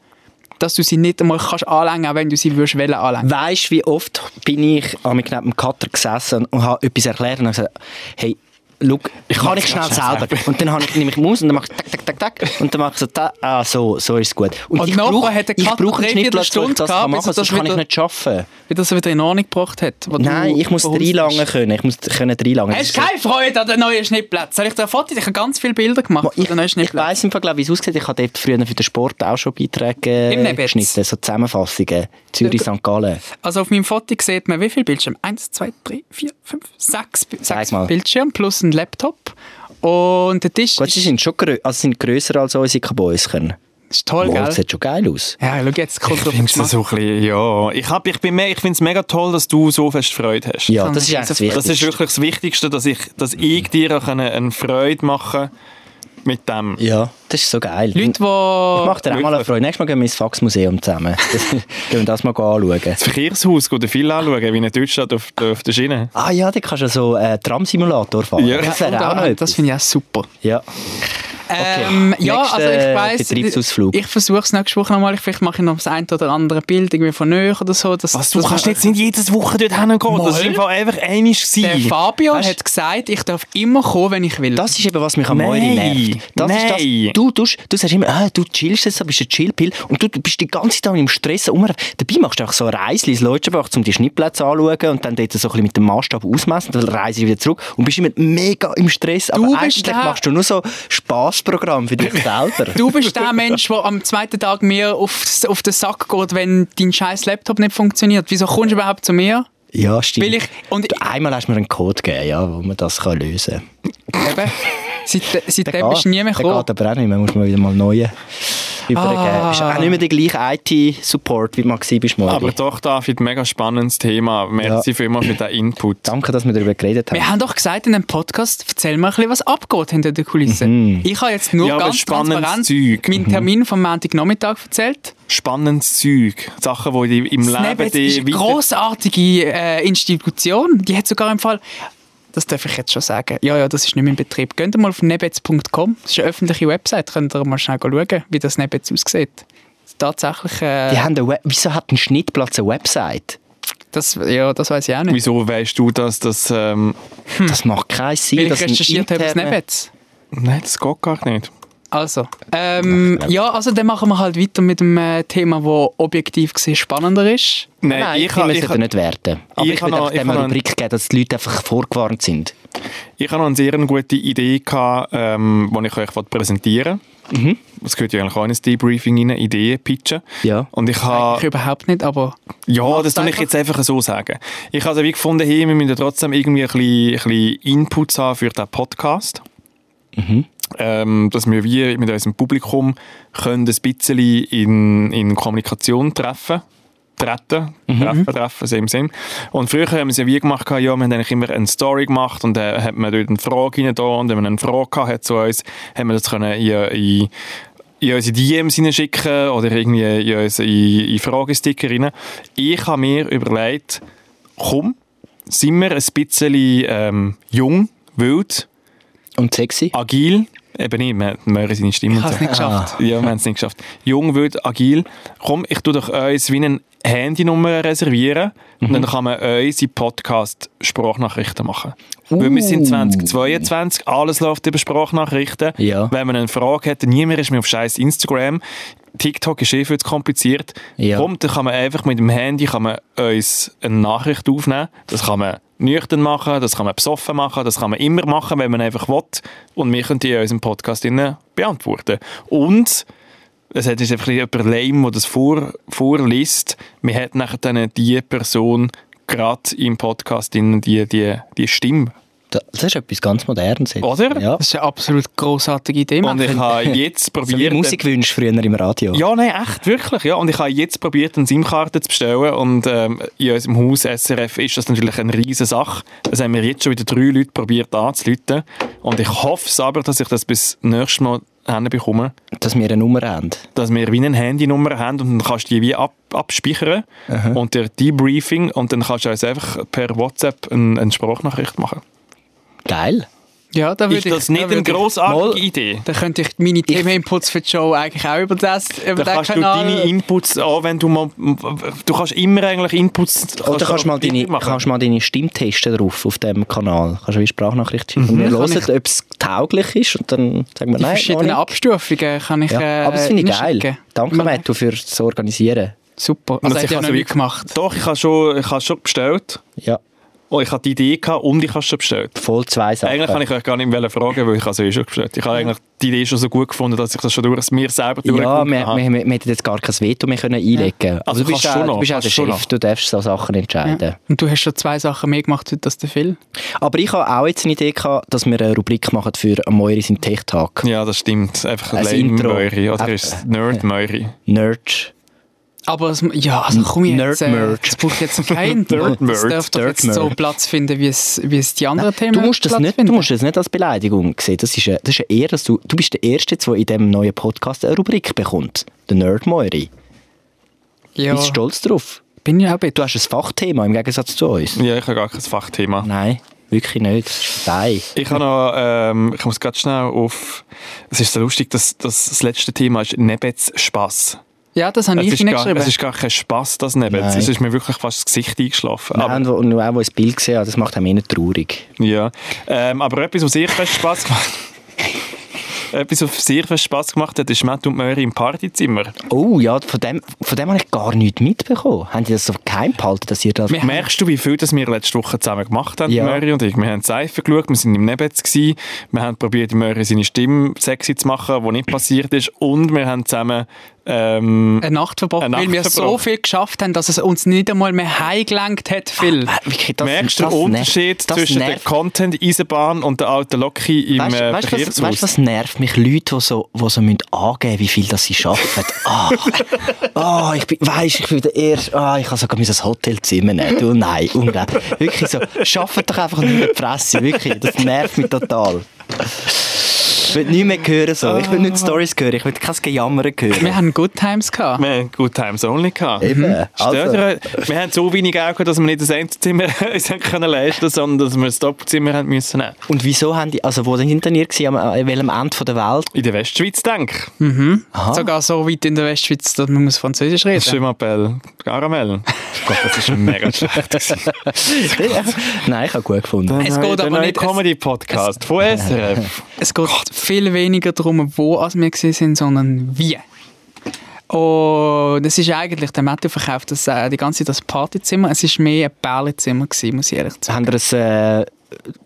S3: dass du sie nicht einmal kannst anlängen, auch wenn du sie würdest wollen anlängen.
S2: Weißt du, wie oft bin ich am neben dem Cutter gesessen und habe etwas erklärt und habe gesagt, hey, schau, ich kann nicht schnell selber. Und dann habe ich nämlich Maus und dann mache ich tak, tak, tak, tak. Und dann mache ich so, ta, ah, so, so ist es gut.
S3: Und
S2: ich
S3: nachher
S2: brauche-
S3: hat der
S2: ich
S3: Cutter
S2: brauche einen
S3: drei
S2: Schnittplatz, wo ich das
S3: Viertelstunden
S2: kann machen
S3: gehabt, bis
S2: kann,
S3: er
S2: sonst
S3: das
S2: kann ich
S3: wieder-
S2: nicht schaffen.
S3: Wie das wieder in Ordnung gebracht hat. wo du
S2: Nein, ich muss
S3: verhunzt
S2: reinlangen
S3: hast.
S2: können. Ich muss können reinlangen. Das
S3: Hast
S2: ist
S3: du
S2: so-
S3: keine Freude an den neuen Schnittplätzen? Soll ich dir ein Foto? Ich habe ganz viele Bilder gemacht von
S2: ich,
S3: den neuen
S2: ich
S3: Schnittplätzen.
S2: weiss im Fall, glaub, wie es aussieht. Ich habe dort früher für den Sport auch schon Beiträge
S3: Im
S2: äh,
S3: Nebetz.
S2: geschnitten, so Zusammenfassungen. Zürich, St. Gallen.
S3: Also auf meinem Foto sieht man, wie viele Bildschirme? Eins, zwei, drei, vier, fünf, sechs, Bi- sechs
S2: mal.
S3: Bildschirme plus ein Laptop. Und der Tisch
S2: Gut, sie
S3: ist,
S2: sind schon grö also sie sind grösser als unsere Cowboys können.
S3: ist toll,
S2: Wow,
S3: gell?
S2: das sieht schon geil aus.
S3: Ja, schau, jetzt kommt
S1: Ich finde es so ein bisschen, ja. Ich, hab- ich, bin me- ich finde es mega toll, dass du so fest Freude hast.
S2: Ja,
S3: Kann
S2: das ist
S3: ich
S2: eigentlich das
S3: so-
S1: Das ist
S2: Wichtigste.
S1: wirklich das Wichtigste, dass ich, dass ich dir auch eine, eine Freude machen kann mit dem.
S2: Ja, das ist so geil.
S3: Leute,
S2: ich
S3: die...
S2: mache dir auch mal eine Freude. Nächstes Mal gehen wir ins Faxmuseum zusammen. Das, gehen wir das mal anschauen.
S1: Das Verkehrshaus geht viel anschauen, wie in Deutschland auf, auf der Schiene.
S2: Ah ja, da kannst du so äh, Tram-Simulator fahren.
S1: Ja.
S2: Das wäre
S3: Ja,
S2: auch noch
S3: das
S2: etwas.
S3: finde ich auch super.
S2: Ja.
S3: Ähm, ja,
S2: Nächster
S3: also ich weiss,
S2: Betriebsausflug.
S3: ich versuche es nächste Woche nochmal. Vielleicht mache ich noch das ein oder andere Bild irgendwie von näher oder so. Dass,
S1: Was, du
S3: dass
S1: kannst
S3: man-
S1: jetzt nicht jedes Woche dort hingehen. Das
S3: Mal.
S1: ist im Fall einfach einmal
S3: Der
S1: gewesen.
S3: Fabio
S2: Weißt-
S3: hat gesagt, ich darf immer kommen, wenn ich will.
S2: Das ist eben, was mich am
S1: Nein.
S2: Moiri nervt. Das
S1: Nein.
S2: Ist das. Du, du, du sagst immer, ah, du chillst jetzt, du bist ein Chillpill und du, du bist die ganze Zeit im Stress. rum. Dabei machst du einfach so eine Reise ins Leutschenbach, um die Schnittplätze anzuschauen und dann dort so ein bisschen mit dem Maßstab ausmessen, dann reise ich wieder zurück und bist immer mega im Stress. Aber
S3: Du bist
S2: eigentlich
S3: der-
S2: machst du nur so Spaßprogramm für dich selber.
S3: Du bist der Mensch, der am zweiten Tag mir aufs, auf den Sack geht, wenn dein scheiß Laptop nicht funktioniert. Wieso kommst du überhaupt zu mir?
S2: Ja, stimmt.
S3: Will ich- und-
S2: du, einmal hast du mir einen Code gegeben, ja, wo man das kann lösen kann.
S3: Eben. Seit, äh,
S2: Der
S3: seitdem bist du nie mehr
S2: der
S3: gekommen.
S2: geht aber auch nicht mehr, muss man wieder mal neue übergeben.
S3: Ah.
S2: Ist auch nicht mehr der gleiche IT-Support, wie du mal warst, Mori.
S1: Aber doch, David, mega spannendes Thema. Merci vielmals für den Input.
S2: Danke, dass wir darüber geredet haben.
S3: Wir haben doch gesagt in einem Podcast, erzähl mal ein bisschen, was abgeht hinter der Kulisse.
S2: Mhm.
S3: Ich habe jetzt nur
S1: Ja, aber
S3: ganz
S1: spannendes
S3: transparent
S1: Zeug.
S3: meinen Termin vom Montagnachmittag erzählt.
S1: Spannendes Zeug. Sachen, die dich im Leben
S3: Snapchat ist
S1: dich
S3: eine
S1: weiter-
S3: grossartige äh, Institution. Die hat sogar im Fall, das darf ich jetzt schon sagen, ja, ja, das ist nicht mein Betrieb. Geht mal auf nebetz.com, das ist eine öffentliche Website, könnt ihr mal schnell schauen, wie das Nebetz aussieht. Tatsächlich,
S2: Die
S3: äh,
S2: haben eine Web- Wieso hat ein Schnittplatz eine Website?
S3: das, ja, das weiß ich auch nicht.
S1: Wieso weißt du, dass das. Ähm,
S2: Das macht keinen Sinn.
S3: Weil ich
S2: dass ein
S3: recherchiert habe über das
S2: interner-
S3: Nebetz.
S1: nein, das geht gar nicht.
S3: Also, ähm,
S2: Ja,
S3: ja, also dann machen wir halt weiter mit dem äh, Thema, das objektiv gesehen spannender ist.
S1: Nein,
S2: Nein, ich
S1: ich habe
S2: finde,
S1: ich,
S2: es sollte nicht werten. Aber
S1: ich
S2: ich,
S1: kann
S2: würde
S1: noch-
S2: auch
S1: ich
S2: dem
S1: kann noch-
S2: eine Rubrik geben, dass die Leute einfach vorgewarnt sind.
S1: ich habe noch eine sehr gute Idee, gehabt, ähm, die ich euch präsentieren wollte. Das gehört ja eigentlich auch in ein Debriefing rein, Ideen pitchen.
S2: Mhm. Ja.
S1: Und ich
S3: Ich
S1: habe,
S3: überhaupt nicht, aber
S1: ja, das
S3: Macht's
S1: kann ich
S3: einfach.
S1: jetzt einfach so sagen. Ich habe also wie gefunden, hey, wir müssen ja trotzdem irgendwie ein bisschen, ein bisschen Inputs haben für den Podcast. ähm, dass wir wie mit unserem Publikum können ein bisschen in, in Kommunikation treffen treten, treffen, treffen, same, same. Und früher haben wir es ja wie gemacht, ja, wir haben eigentlich immer eine Story gemacht und dann hat man dort eine Frage rein da und wenn man eine Frage gehabt hat zu uns, haben wir das können in, in, in unsere DMs hineinschicken oder irgendwie in unsere in, in Fragesticker rein. Ich habe mir überlegt, komm, sind wir ein bisschen ähm, jung, wild,
S2: Und sexy.
S1: Ah. agil, eben nicht, man man hört seine Stimme.
S3: ich habe
S1: und
S3: es
S1: so. Ah.
S3: nicht geschafft.
S1: Ja, wir haben es nicht geschafft. Jung, wild, agil. Komm, ich tue doch uns wie eine Handynummer reservieren und
S3: Mhm.
S1: dann kann man unsere Podcast-Sprachnachrichten machen.
S3: Uh.
S1: Weil wir sind 2022, alles läuft über Sprachnachrichten.
S2: Ja.
S1: Wenn man eine Frage hat, niemand ist mehr auf scheiß Instagram. TikTok ist eh viel zu kompliziert.
S2: Ja.
S1: Komm, dann kann man einfach mit dem Handy kann man uns eine Nachricht aufnehmen. Das kann man nüchtern machen, das kann man besoffen machen, das kann man immer machen, wenn man einfach will. Und wir können die in unserem Podcast innen beantworten. Und es hat jetzt einfach jemand lame, der das vor, vorliest. Wir hätten nachher dann die Person gerade im Podcast innen die, die, die Stimme.
S2: Da- Das ist etwas ganz Modernes. jetzt.
S1: Oder?
S2: Ja.
S3: Das ist eine absolut großartige Idee.
S1: Und ich habe jetzt
S2: So wie
S1: probiert...
S2: Musikwünsche früher im Radio.
S1: Ja, nein, echt, wirklich. Ja. Und ich habe jetzt probiert, eine SIM-Karte zu bestellen. Und ähm, in unserem Haus SRF ist das natürlich eine riesige Sache. Das haben wir jetzt schon wieder drei Leute probiert anzuleiten. Und ich hoffe es aber, dass ich das bis nächstes Mal hinbekomme,
S2: Dass wir eine Nummer haben.
S1: dass wir wie eine Handynummer haben und dann kannst du die wie ab, abspeichern und der Debriefing und dann kannst du uns einfach per WhatsApp eine, eine Sprachnachricht machen.
S2: Geil.
S3: ja, da würde
S1: Ist
S3: ich,
S1: das nicht
S3: da würde
S1: eine
S3: ich-
S1: grossartige
S2: Mal-
S1: Idee?
S3: Da könnte ich meine Themeninputs für die Show eigentlich auch über, das,
S1: Da
S3: über den
S1: kannst du
S3: Kanal...
S1: deine Inputs auch, wenn du mal... Du kannst immer eigentlich Inputs...
S2: Oder kannst du mal deine,
S1: machen.
S2: kannst mal deine Stimme testen drauf auf dem Kanal. Kannst du eine Sprachnachricht schicken. Und wir
S3: Kann
S2: hören, ob es tauglich ist. Und dann sagen wir,
S3: die
S2: nein, noch
S3: verschiedenen
S2: nicht.
S3: Abstufungen kann ich äh,
S2: Ja. Aber das finde ich geil.
S3: hinschicken.
S2: Danke, Matthew, fürs Organisieren.
S3: Super.
S1: Und
S3: Also hat
S1: ich
S3: ja
S1: habe
S3: noch
S1: so
S3: nie
S1: wie-
S3: gemacht.
S1: Doch, ich habe schon, ich habe schon bestellt.
S2: Ja,
S1: Oh, ich habe die Idee gehabt und ich habe es schon bestellt.
S2: voll zwei Sachen.
S1: Eigentlich kann ich euch gar nicht mehr fragen, weil ich habe es eh schon bestellt. Ich habe eigentlich die Idee schon so gut gefunden, dass ich das schon durch mir selber
S2: ja,
S1: durchgefunden
S2: wir,
S1: habe.
S2: wir, wir, wir hätten jetzt gar kein Veto mehr können einlegen können.
S1: Also
S2: du bist,
S1: kannst
S2: auch,
S1: schon noch,
S2: du bist auch der
S1: kannst schon
S2: Chef,
S1: noch.
S2: du darfst so Sachen entscheiden.
S3: Ja. Und du hast schon zwei Sachen mehr gemacht heute als der Phil.
S2: Aber ich habe auch jetzt eine Idee gehabt, dass wir eine Rubrik machen für Moiri im Tech-Tag.
S1: Ja, das stimmt. Einfach
S2: Ein Intro.
S1: Lame-Möri. Oder
S2: Äh,
S1: ist es Nerd-Möri?
S2: Nerd.
S3: Aber es, ja, also komm jetzt. Äh,
S2: Nerd-Merch.
S3: es braucht jetzt kein
S1: Nerd-Merch,
S3: Es darf doch jetzt so
S2: Nerd-Merch.
S3: Platz finden, wie es, wie es die anderen Themen
S2: Du musst, das
S3: Platz
S2: nicht,
S3: finden.
S2: du musst das nicht als Beleidigung sehen. Das ist eine, das ist eine Ehre, dass du, du bist der Erste, jetzt, der in diesem neuen Podcast eine Rubrik bekommt. Der Nerd Moiri.
S3: ja,
S2: Ich bin stolz drauf.
S3: bin ich auch bitte.
S2: Du hast ein Fachthema im Gegensatz zu uns.
S1: Ja, ich habe gar kein Fachthema.
S2: Nein, wirklich nicht. Nein.
S1: Ich habe noch, ähm, ich muss ganz schnell auf, es ist so lustig, dass, dass das letzte Thema ist Nebets Spass.
S3: Ja, das habe
S1: Es
S3: ich
S1: ist, gar,
S3: hineingeschrieben.
S1: es ist gar kein Spass, das Nebets.
S2: Nein.
S1: Es ist mir wirklich fast das Gesicht eingeschlafen.
S2: Nein, und wo- und auch, wo ich das Bild gesehen habe, das macht einem eh nicht traurig.
S1: Ja, ähm, aber etwas, was sehr fest Spass gemacht etwas, was sehr fest Spass gemacht hat, ist Matt und Möri im Partyzimmer.
S2: Oh ja, von dem, von dem habe ich gar nichts mitbekommen. Haben die das so geheim behalten, dass ihr das...
S3: Wir-
S1: Merkst du, wie viel das wir letzte Woche zusammen gemacht haben,
S2: Ja.
S1: Möri und ich? Wir haben Seife geschaut, wir sind im Nebetz gewesen, wir haben probiert, Möri seine Stimme sexy zu machen, was nicht passiert ist und wir haben zusammen Ähm,
S3: Eine Nacht verbracht,
S1: Eine
S3: weil
S1: Nacht
S3: wir so
S1: verbracht.
S3: viel geschafft haben, dass es uns nicht einmal mehr heimgelenkt hat, Phil.
S2: Äh, Wirklich, das-
S1: merkst du den
S2: das nervt.
S1: Unterschied
S2: Das
S1: zwischen der
S2: nervt.
S1: Content-Eisenbahn und der alten Loki im
S2: Weißt
S1: äh,
S2: du, weißt, du, was, weißt, du,
S1: Verkehrshaus?
S2: was nervt mich? Leute, die so, die so müssen angeben müssen, wie viel das sie arbeiten. Ah, ah, ich bin, weißt, ich bin der Erste. Ah, ich kann sogar mein Hotelzimmer nehmen. Du, nein, unglaublich. Wirklich so, arbeitet doch einfach nicht in der Presse. Wirklich, das nervt mich total. Ich will nicht mehr hören. So. Ich will nicht Stories hören. Ich will kein Gejammer hören.
S3: Wir haben Hm, Good Times gehabt.
S1: Wir haben Good Times Only gehabt.
S2: Eben.
S1: Stört
S2: Also,
S1: ihr euch? wir haben so wenig Augen, dass wir nicht das Endzimmer uns haben können leisten sondern dass wir das Doppelzimmer haben müssen nehmen.
S2: und wieso haben die, also wo sind hinter ihr gewesen, am- an welchem Ende der Welt?
S1: In der Westschweiz, denke ich. Ah.
S3: Sogar so weit in der Westschweiz, dass man muss Französisch reden muss.
S1: Schimmappell, Caramel. Gott, das ist mega schlecht.
S2: Nein, ich habe gut gefunden.
S3: Es geht aber nicht- es-
S1: Comedy-Podcast von SRF.
S3: Es geht viel weniger darum, wo als wir gewesen sind, sondern wie. Und es ist eigentlich, der Matthew verkauft das, äh, die ganze Zeit das Partyzimmer. Es war mehr ein Bärlezimmer, gewesen, muss ich ehrlich
S2: haben
S3: sagen.
S2: wir ein äh,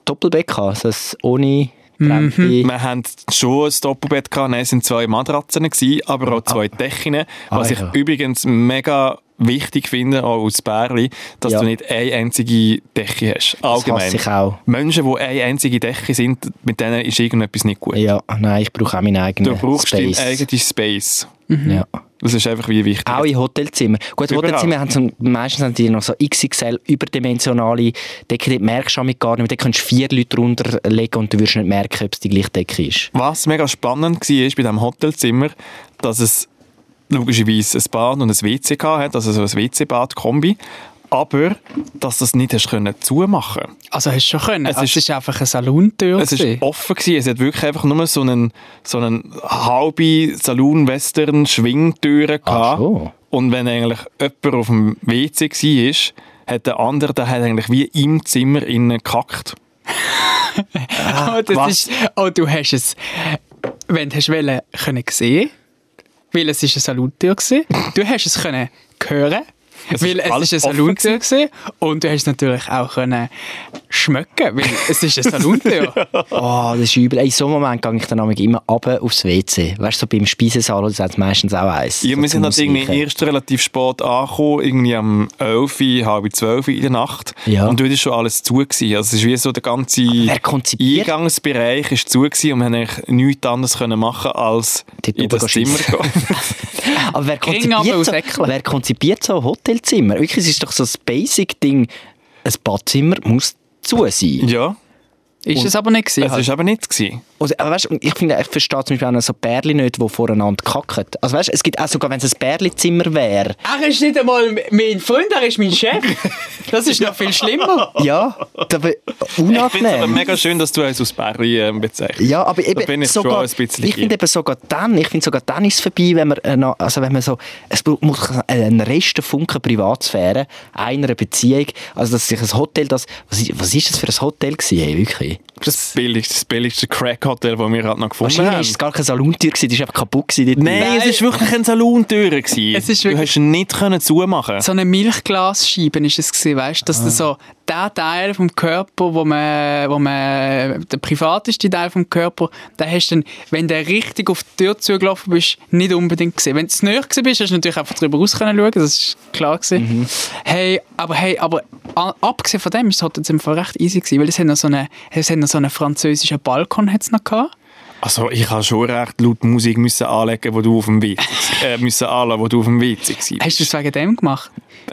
S2: Doppelbett gehabt, also ein ohne Trempe.
S1: Wir hatten schon ein Doppelbett, gehabt. Nein, es waren zwei Matratzen, gewesen, aber auch zwei Decken. Was
S2: Ah,
S1: ich
S2: ja.
S1: übrigens mega wichtig finde, auch aus Bärli, dass
S2: Ja.
S1: du nicht eine einzige Decke hast. Allgemein.
S2: hasse ich auch.
S1: Menschen, die eine einzige Decke sind, mit denen ist irgendetwas nicht gut.
S2: Ja, nein, ich brauche auch meinen eigenen
S1: Du brauchst
S2: Space.
S1: deinen eigenen Space.
S2: ja.
S1: Das ist einfach wie wichtig.
S2: Auch in Hotelzimmern. Gut,
S1: Überall.
S2: Hotelzimmer haben zum, meistens haben die noch so XXL überdimensionale Decken, die merkst du damit gar nicht mehr. Da kannst du vier Leute runterlegen und du wirst nicht merken, ob es die gleiche Decke ist.
S1: Was mega spannend war bei diesem Hotelzimmer, dass es logischerweise ein Bad und ein WC hatte, also so ein WC-Bad-Kombi, aber dass du das nicht hast können zumachen
S3: Also hast du schon können.
S1: Es
S3: Es also,
S1: ist-
S3: ist, es ist einfach eine Salontür.
S1: Es war
S3: gewesen.
S1: offen, gewesen. es hat wirklich einfach nur so einen, so einen halben Saloon-Western-Schwingtüren
S2: Ach
S1: gehabt.
S2: so.
S1: Und wenn eigentlich jemand auf dem WC war, hat der andere, der hat eigentlich wie im Zimmer innen gekackt.
S3: oh, das
S1: was?
S3: ist, oh, du hast es, wenn du hast wollen, können sehen, weil es ist eine Salontür gewesen. Du hast es können hören,
S1: Es
S3: weil
S1: ist alles
S3: es ist eine
S1: offen
S3: Salontür gewesen. Und du hast es natürlich auch können schmecken, weil es ist eine Salontür.
S2: Oh, das ist übel. Ey, In so einem Moment gehe ich dann nämlich immer runter aufs WC. Weißt du, so beim Speisesaal, das hat meistens auch eins.
S1: Ja,
S2: so
S1: wir
S2: zum
S1: sind halt irgendwie
S2: Ausweichen.
S1: erst relativ spät angekommen, irgendwie am 11, halb 12 in der Nacht.
S2: Ja.
S1: Und dort war schon alles zu. Gewesen. Also es ist wie so der ganze
S2: wer konzipiert?
S1: Eingangsbereich ist zu gewesen und wir haben eigentlich nichts anderes können machen als
S2: Dort
S1: in
S2: oben
S1: das
S2: gehen
S1: Zimmer gehen.
S2: Aber wer
S3: Kring aber
S2: konzipiert,
S3: aus
S2: so,
S3: Ecklen.
S2: wer konzipiert so ein Hotelzimmer? Wirklich, es ist doch so das Basic-Ding. Ein Badzimmer muss zu sein.
S1: ja,
S3: ist es aber nicht gewesen. halt.
S1: es ist aber nicht. Gewesen.
S2: Also, aber weißt, ich, finde, ich verstehe zum Beispiel auch noch so Bärli nicht, die voreinander kacken. Also weißt, es gibt auch sogar, wenn es ein Bärli-Zimmer wäre.
S3: er ist nicht einmal mein Freund, er ist mein Chef. Das ist noch viel schlimmer.
S2: Ja, da wär-
S1: Ich finde es aber
S2: unangenehm.
S1: mega schön, dass du uns aus Berlin ähm, bezeichnest.
S2: Ja, aber eben
S1: da bin ich
S2: sogar,
S1: schon ein bisschen
S2: ich finde
S1: hin.
S2: eben sogar dann, ich finde sogar dann ist es vorbei, wenn man, äh, noch- also wenn man so, es braucht- muss einen Rest Funken Privatsphäre einer Beziehung, also dass sich ein Hotel, das, was, ist- was ist das für ein Hotel gewesen, ey, wirklich?
S1: das billigste, das billigste Crack-Hotel, das wir gerade noch gefunden
S2: Wahrscheinlich war
S1: haben.
S2: es gar keine Salontür, gewesen, die war einfach kaputt. Gewesen, dort
S1: Nein,
S3: Nein.
S1: es war wirklich ein Salontür. gewesen.
S3: Es ist
S1: Du
S3: wirklich-
S1: hast nicht können zumachen.
S3: So eine Milchglasscheibe ist es gewesen, weißt, dass
S2: Ah.
S3: du so der Teil vom Körper, wo man, wo man der privateste Teil vom Körper, da hast du dann, wenn du richtig auf die Tür zugelaufen bist, nicht unbedingt gesehen. Wenn du zu nahe gewesen bist, hast du natürlich einfach drüber raus können schauen, das ist klar gewesen.
S2: Mhm.
S3: Hey, aber hey, aber a- abgesehen von dem ist es halt jetzt im Fall recht easy gewesen, weil es hat noch so eine, es hat noch so einen französischen Balkon hat's noch gehabt.
S1: Also ich habe schon recht laut Musik müssen anlegen, wo du auf dem WC äh, müssen anlassen, wo du auf dem WC warst.
S3: Hast du es wegen dem gemacht?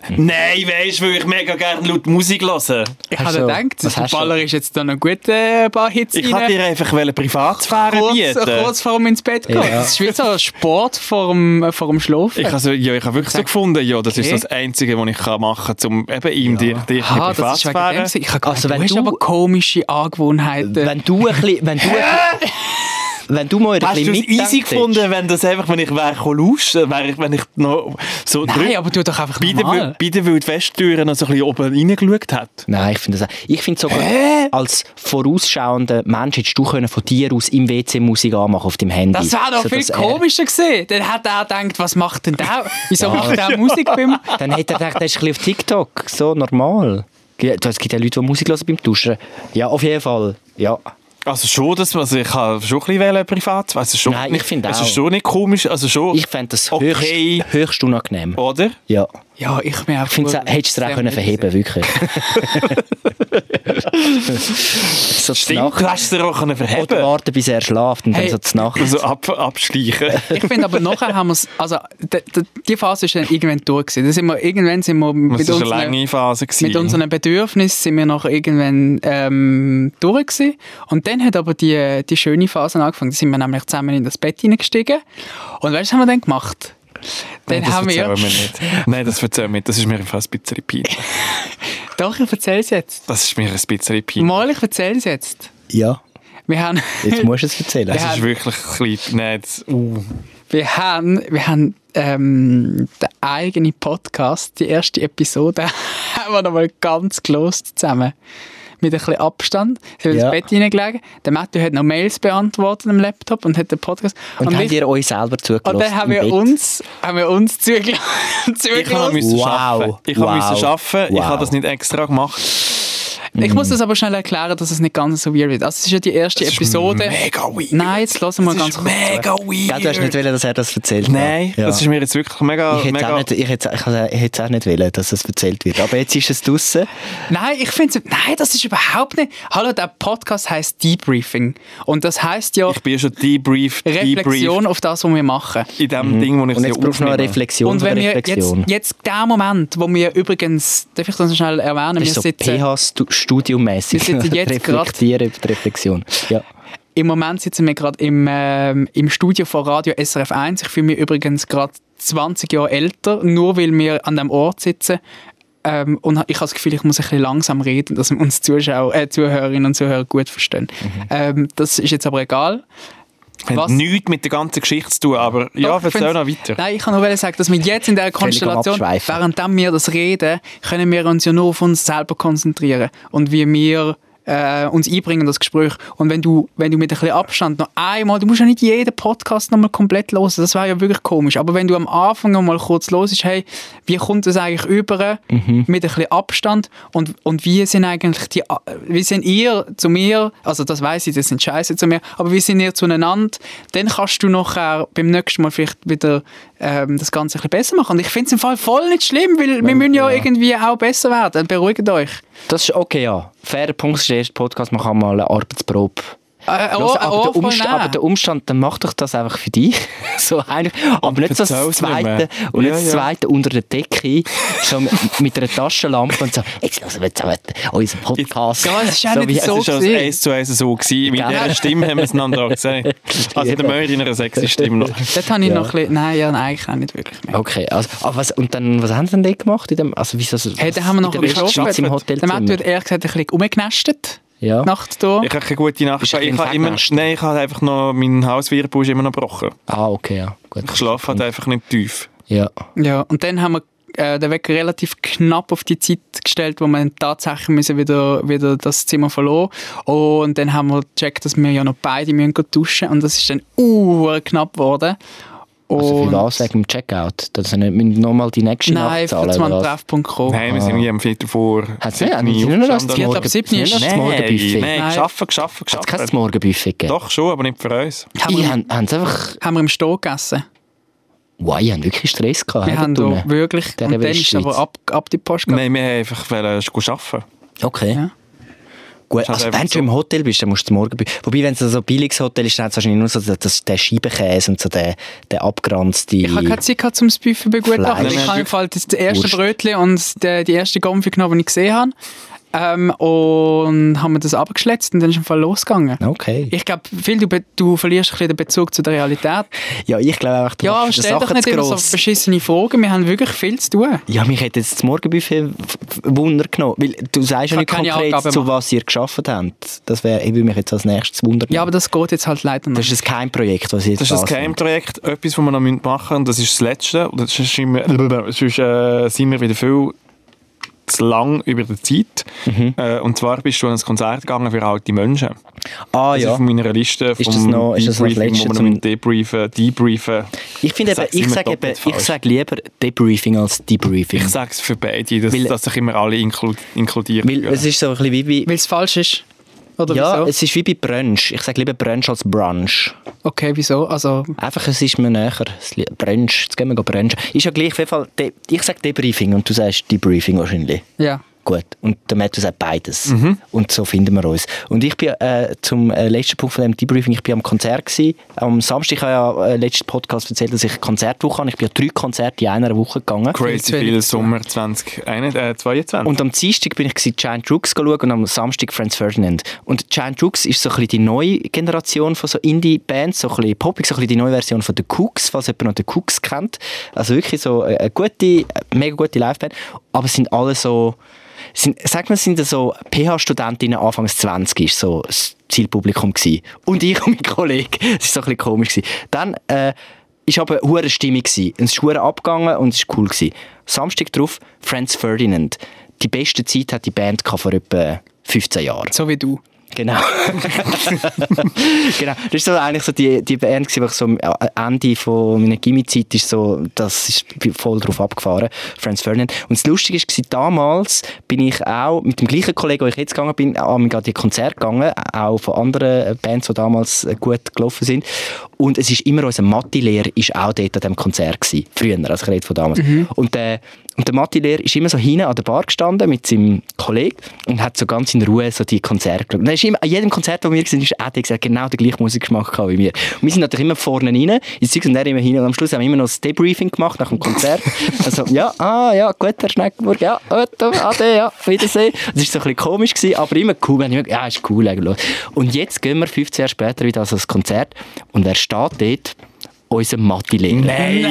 S1: Nein, weißt du, weil ich mega gerne laut Musik höre.
S3: Ich
S2: Hast
S3: habe
S2: du-
S3: gedacht,
S2: was
S3: der
S2: hast du-
S3: Baller ist jetzt da noch gut äh, ein paar Hits
S1: Ich
S3: rein.
S1: wollte dir einfach wollen Privatsphäre
S3: kurz, äh,
S1: bieten.
S3: kurz vor dem ins Bett gehen. Das ist wie so ein Sport vor dem, äh, vor dem Schlafen.
S1: Ich habe so, ja, ich habe wirklich so gefunden, ja, das ist
S3: Okay.
S1: das Einzige, was ich kann machen kann, um eben ihm dir, dir
S3: Aha,
S1: eine
S3: das ist wegen dem.
S1: Privatsphäre.
S3: Sinn. Ich habe gedacht,
S2: Also, wenn
S3: du hast
S2: du-
S3: aber komische Angewohnheiten.
S2: Wenn du ein bisschen, wenn du, ein bisschen- wenn du mal ein
S1: Hast du
S2: bisschen
S1: es
S2: mitdenkst,
S1: easy gefunden, wenn das einfach, wenn ich wäre gekommen, luschen, wäre ich, wenn ich noch so
S3: Nein, aber tu doch einfach
S1: bei der,
S3: normal.
S1: bei der Wildwesttüre noch so ein bisschen oben reingeschaut hat.
S2: Nein, ich finde das auch. Ich finde sogar, als vorausschauender Mensch hättest du können von dir aus im WC Musik anmachen auf dem Handy. äh,
S3: Das wäre doch viel
S2: sodass er-
S3: komischer gewesen. Dann hat er gedacht, was macht denn der? Wieso macht der Musik beim...
S2: Dann hätte er gedacht, das ist ein bisschen auf TikTok. So normal. Ja, Es gibt ja Leute, die Musik hören beim Duschen. Ja, auf jeden Fall. Ja.
S1: Also schon, das, also ich habe schon ein bisschen wählen privat. Also schon
S2: Nein, ich
S1: nicht-
S2: finde
S1: Es
S2: auch.
S1: ist schon nicht komisch, also schon,
S2: Ich fände das
S1: Okay.
S2: höchst, höchst unangenehm.
S1: oder?
S2: Ja.
S3: Ja, ich mir auch.
S2: Ich finde, hättest du es auch können verheben wirklich. so zur
S1: Stimmt,
S2: Nacht.
S1: du hast es dir auch können
S2: Oder
S1: verheben
S2: warten, bis er schläft und
S3: Hey.
S2: dann so zur Nacht.
S1: Also ab, abschleichen.
S3: Ich finde aber nachher haben wir es, also d- d- die Phase ist dann irgendwann durch gewesen. Da sind wir, irgendwann sind wir mit
S1: Das war eine
S3: unseren,
S1: lange Phase.
S3: mit unseren Bedürfnissen sind wir nachher irgendwann ähm, durch gewesen. Und dann hat aber die, die schöne Phase angefangen. Da sind wir nämlich zusammen in das Bett hineingestiegen. Und weißt du, was haben wir dann gemacht? Dann
S1: das
S3: haben wir,
S1: erzählen wir nicht. Nein, das erzählen wir nicht. Das ist mir fast ein bisschen peinlich.
S3: doch, ich erzähle es jetzt.
S1: Das ist mir ein bisschen peinlich.
S3: Mal, ich erzähle es jetzt.
S2: Ja,
S3: Wir haben,
S2: jetzt musst du es erzählen.
S1: Das
S3: Ja.
S1: ist wirklich ein bisschen... Nein, das, uh.
S3: wir haben, wir haben ähm, den eigenen Podcast, die erste Episode, haben wir nochmal ganz gelost zusammen. Mit ein bisschen Abstand. Sie haben
S2: Ja.
S3: ins Bett hineingelegen. Der Matthew hat noch Mails beantwortet am Laptop und hat den Podcast.
S2: Und, habt
S3: ich-
S2: ihr euch selber zugelassen?
S3: und Ah, dann haben wir, uns, haben wir uns zugelassen.
S1: Ich habe
S3: zugelassen.
S1: müssen
S2: Wow.
S1: arbeiten. Ich
S2: Wow.
S1: habe müssen arbeiten. Ich
S2: Wow.
S1: habe das nicht extra gemacht.
S3: Ich
S1: Mhm.
S3: muss das aber schnell erklären, dass es nicht ganz so weird wird. Also, es ist ja die erste Episode.
S1: Mega weird.
S3: Nein, jetzt hören wir mal ganz kurz. zu.
S1: mega
S2: Gell, du hast nicht
S1: weird.
S2: wollen, dass er das erzählt
S1: Nein,
S2: ja.
S1: das ist mir jetzt wirklich mega...
S2: ich hätte, es
S1: mega
S2: auch nicht, ich, hätte, es- ich hätte ich hätte es auch nicht wollen, dass es erzählt wird. Aber jetzt ist es draussen.
S3: Nein, ich finde Nein, das ist überhaupt nicht. Hallo, der Podcast heißt Debriefing. Und das heißt ja
S1: ich bin schon debriefed,
S3: Reflexion
S1: debriefed
S3: auf das, was wir machen.
S1: in dem Ding, wo ich
S2: Mhm. Und
S1: sie
S2: jetzt brauchst du noch eine
S1: aufnehme.
S2: Reflexion.
S3: Und
S2: über
S3: wenn wir jetzt,
S2: Reflexion.
S3: jetzt der Moment, wo wir übrigens, darf ich das noch schnell erwähnen,
S2: das
S3: wir
S2: ist so
S3: sitzen,
S2: PH-Studium-mässig.
S3: Wir sitzen jetzt gerade-
S2: Reflektieren über die Reflexion. Ja.
S3: im Moment sitzen wir gerade im, ähm, im Studio von Radio SRF 1. Ich fühle mich übrigens gerade 20 Jahre älter, nur weil wir an dem Ort sitzen. Ähm, und ich habe das Gefühl, ich muss ein bisschen langsam reden, dass wir uns Zuschauer, äh, Zuhörerinnen und Zuhörer gut verstehen.
S2: Mhm.
S3: Ähm, das ist jetzt aber egal.
S1: Hat
S3: Was?
S1: nichts mit der ganzen Geschichte zu tun, aber ja,
S3: Doch, ich
S1: erzähl
S3: find's-
S1: noch weiter.
S3: Nein, ich kann nur wollen sagen, dass wir jetzt in dieser Konstellation,
S2: abschweifen.
S3: während wir das reden, können wir uns ja nur auf uns selber konzentrieren und wie wir äh, uns einbringen in das Gespräch. Und wenn du, wenn du mit ein bisschen Abstand noch einmal, du musst ja nicht jeden Podcast nochmal komplett hören, das wäre ja wirklich komisch, aber wenn du am Anfang mal kurz los ist, hey, wie kommt das eigentlich über
S1: Mhm.
S3: mit ein bisschen Abstand und, und wie sind eigentlich die, A- wie sind ihr zu mir, also das weiß ich, das sind Scheiße zu mir, aber wie sind ihr zueinander, dann kannst du nachher beim nächsten Mal vielleicht wieder ähm, das Ganze ein bisschen besser machen. Und ich finde es im Fall voll nicht schlimm, weil wir müssen ja, irgendwie auch besser werden. Beruhigt euch.
S2: Das ist okay, ja. Fairer Punkt ist der erste Podcast, man kann mal eine Arbeitsprobe.
S3: Äh, oh,
S2: Los,
S3: oh,
S2: aber, der
S3: voll
S2: Umstand,
S3: nein.
S2: aber der Umstand, dann mach doch das einfach für dich. so eigentlich. Aber nicht so das
S1: erzähl's nicht mehr.
S2: zweite, und nicht
S1: Ja,
S2: das
S1: ja.
S2: zweite unter der Decke, so mit- mit einer Taschenlampe und so, jetzt hören wir jetzt auch unseren Podcast.
S3: Ja, es ist auch nicht
S2: wie-
S3: so
S1: Es ist also
S3: gewesen.
S1: eins zu eins so gewesen. Mit
S2: Gell?
S1: dieser Stimme haben wir es einander auch gesagt. Also der
S2: Eben.
S1: Möhr in einer sexy Stimme noch.
S3: Dort habe ich
S2: Ja.
S3: noch ein bisschen, nein, ja, nein, ich auch nicht wirklich mehr.
S2: Okay, also, ah, was, und dann, was haben sie denn dort gemacht? In dem, also, wieso,
S3: Hey, dann haben wir noch ein
S2: in der Westschweiz im
S3: Der Matt
S2: Hotelzimmer?
S3: wird ehrlich gesagt ein bisschen rumgenästet.
S2: Ja.
S3: Nacht hier.
S1: Ich habe keine gute Nacht.
S2: Bist du
S1: gehabt.
S2: ein
S1: Ich habe immer,
S2: Fangast?
S1: nein, ich habe einfach noch meinen Hauswirbel ist immer noch gebrochen.
S2: Ah, okay, ja. Gut.
S1: Ich schlafe
S2: Mhm.
S1: halt einfach nicht tief.
S2: Ja.
S3: Ja, und dann haben wir äh, den Wecker relativ knapp auf die Zeit gestellt, wo wir dann tatsächlich müssen wieder, wieder das Zimmer verloren Und dann haben wir gecheckt, dass wir ja noch beide müssen gehen duschen und das ist dann uh, knapp geworden.
S2: Also, für
S3: Und-
S2: was? Wegen dem Checkout? Dass sie nicht nochmal die nächste
S3: Nein,
S2: Nacht zahlen?
S3: für
S2: oder
S3: 20
S2: was?
S3: Treffpunkt gekommen.
S1: Nein, wir sind irgendwie am Viertel vor.
S2: Hat es
S1: sieben
S2: Oh. nicht? Nicht nur noch das
S1: aufgestanden.
S3: Morgen- Viertel ab sieben
S2: Morgen-
S3: ist-
S2: das Morgenbuffet.
S1: Nein,
S3: Nein.
S1: nein, geschaffen, geschaffen,
S2: Hat es kein
S1: geschaffen.
S2: Morgenbuffet gegeben?
S1: Doch schon, aber nicht für uns.
S3: Haben
S2: Ich
S3: wir,
S2: haben es einfach...
S3: haben wir im Stall gegessen.
S2: Wow, ich habe wirklich Stress gehabt.
S3: Wir haben
S2: Hebentunnen.
S3: da wirklich,
S2: Der
S3: und dann
S2: Rest
S3: ist aber
S2: Schweiz.
S3: ab, ab die Post gegangen.
S1: Nein, wir wollten einfach wollen äh, arbeiten.
S2: Okay.
S3: Ja.
S2: Gut,
S1: Ist halt
S2: also
S1: einfach
S2: wenn
S1: so.
S2: du im Hotel bist, dann musst du morgen... Wobei, wenn es so ein billiges Hotel ist, dann hat es wahrscheinlich nur so das, das, den Scheibenkäse und so den, den abgeranzte...
S3: Ich habe keine Zeit gehabt, um das Buffet begutachten.
S2: Fleisch.
S3: Ich habe im Fall das erste
S2: Wurst.
S3: Brötchen und die, die erste Gumpfe genommen, die ich gesehen habe. Ähm, und haben wir das abgeschletzt und dann ist im Fall losgegangen.
S2: Okay.
S3: Ich glaube, viel du, be- du verlierst ein bisschen den Bezug zu der Realität.
S2: ja, ich glaube einfach, du
S3: Ja,
S2: machst dir
S3: stell doch
S2: Sachen
S3: nicht
S2: zu
S3: immer so
S2: gross.
S3: beschissene Fragen. Wir haben wirklich viel zu tun.
S2: ja, mich hätte jetzt das Morgenbuffet w- w- Wunder genommen, weil du sagst ja
S3: Kann
S2: nicht
S3: keine
S2: konkret,
S3: Angaben
S2: zu
S3: machen.
S2: was ihr geschafft habt. Das wäre, ich würde mich jetzt als nächstes wundern.
S3: Ja, aber das geht jetzt halt leider
S2: das
S3: nicht.
S2: ist ein Keimprojekt, was ihr jetzt
S1: Das ist ein
S2: da sind.
S1: Geheimprojekt, etwas, das wir noch machen müssen. Und das ist das Letzte. Und sonst sind wir, sonst, äh, sind wir wieder viel zu lang über der Zeit. Äh, und zwar bist du an ein Konzert gegangen für alte Menschen.
S2: Mhm. Ah
S1: Das ist
S2: ja.
S1: auf meiner Liste vom
S2: Ist das noch- ist das noch das
S1: Debriefing, wo
S2: Letzte
S1: wir noch
S2: zum-
S1: debriefen, debriefen.
S2: Ich finde eben,
S1: Sag's
S2: ich
S1: immer
S2: sage eben,
S1: doppelt
S2: ich
S1: falsch.
S2: sage lieber Debriefing als Debriefing.
S1: Ich sage es für beide, dass,
S2: Weil-
S1: dass sich immer alle inklu inkludieren.
S2: Weil es ist so ein bisschen wie, wie
S3: Weil es falsch ist. Oder
S2: ja,
S3: wieso?
S2: es ist wie bei Brunch. Ich sage lieber Brunch als Brunch.
S3: Okay, wieso? Also,
S2: Einfach, es ist mir näher. Es li- Brunch, jetzt gehen wir go brunchen. Ist ja gleich, auf jeden Fall, de, ich sage Debriefing und du sagst Debriefing wahrscheinlich.
S3: ja.
S2: Gut. Und der Matthew sagt beides. Und so finden wir uns. Und ich bin äh, zum äh, letzten Punkt von dem Debriefing, ich bin am Konzert gewesen. Am Samstag habe ich ja äh, letzten Podcast erzählt, dass ich Konzertwoche habe. Ich bin ja drei Konzerte in einer Woche gegangen.
S1: Crazy
S3: Viel zu
S1: viel
S3: wenig.
S1: Sommer 2021. Äh, 22.
S2: Und am Dienstag bin ich gewesen, Giant Rooks schauen und am Samstag Franz Ferdinand. Und Giant Rooks ist so ein bisschen die neue Generation von so Indie-Bands, so ein bisschen Poppig, so ein bisschen die neue Version von The Cooks, falls jemand noch The Cooks kennt. Also wirklich so eine eine gute, eine mega gute Live-Band. Aber es sind alle so, sind, sag mal, es sind so PH-Studentinnen Anfangs 20 ist so das Zielpublikum gewesen. Und ich und mein Kollege. Es war so ein bisschen komisch. Gewesen. Dann, äh, ist aber eine hohe Stimmung gewesen. Es ist hure abgegangen und es ist cool gewesen. Samstag drauf Franz Ferdinand. Die beste Zeit hat die Band gehabt vor etwa 15 Jahren.
S3: So wie du.
S2: Genau. genau. Das ist so eigentlich so die, die Band, gewesen, die ich so am äh, Ende von meiner Gimmi-Zeit ist so, das ist bin voll drauf abgefahren, Franz Ferdinand. Und das Lustige war, damals bin ich auch mit dem gleichen Kollegen, wo ich jetzt gegangen bin, auch an die Konzerte gegangen, auch von anderen Bands, die damals äh, gut gelaufen sind. Und es ist immer unser Mathe-Lehrer ist auch dort an diesem Konzert gewesen, früher, also ich rede von damals. Und, der, und der Mathe-Lehrer ist immer so hinten an der Bar gestanden mit seinem Kollegen und hat so ganz in Ruhe so die Konzerte geschaut. Und er ist immer, an jedem Konzert, wo wir waren, ist er der gesagt, genau den gleichen Musikgeschmack gehabt wie wir. Und wir sind natürlich immer vorne rein, ins Zeug und er immer hinten. Und am Schluss haben wir immer noch das Debriefing gemacht nach dem Konzert. also, ja, ah, ja, gut, Herr Schneckenburg, ja, gut, ade, ja, wiedersehen. Das war so ein bisschen komisch, gewesen, aber immer cool. Wir haben immer gesagt, ja, ist cool eigentlich. Und jetzt gehen wir 15 Jahre später wieder an so ein Konzert und wer steht dort? Unser Mathe-Lehrer.
S1: Nein,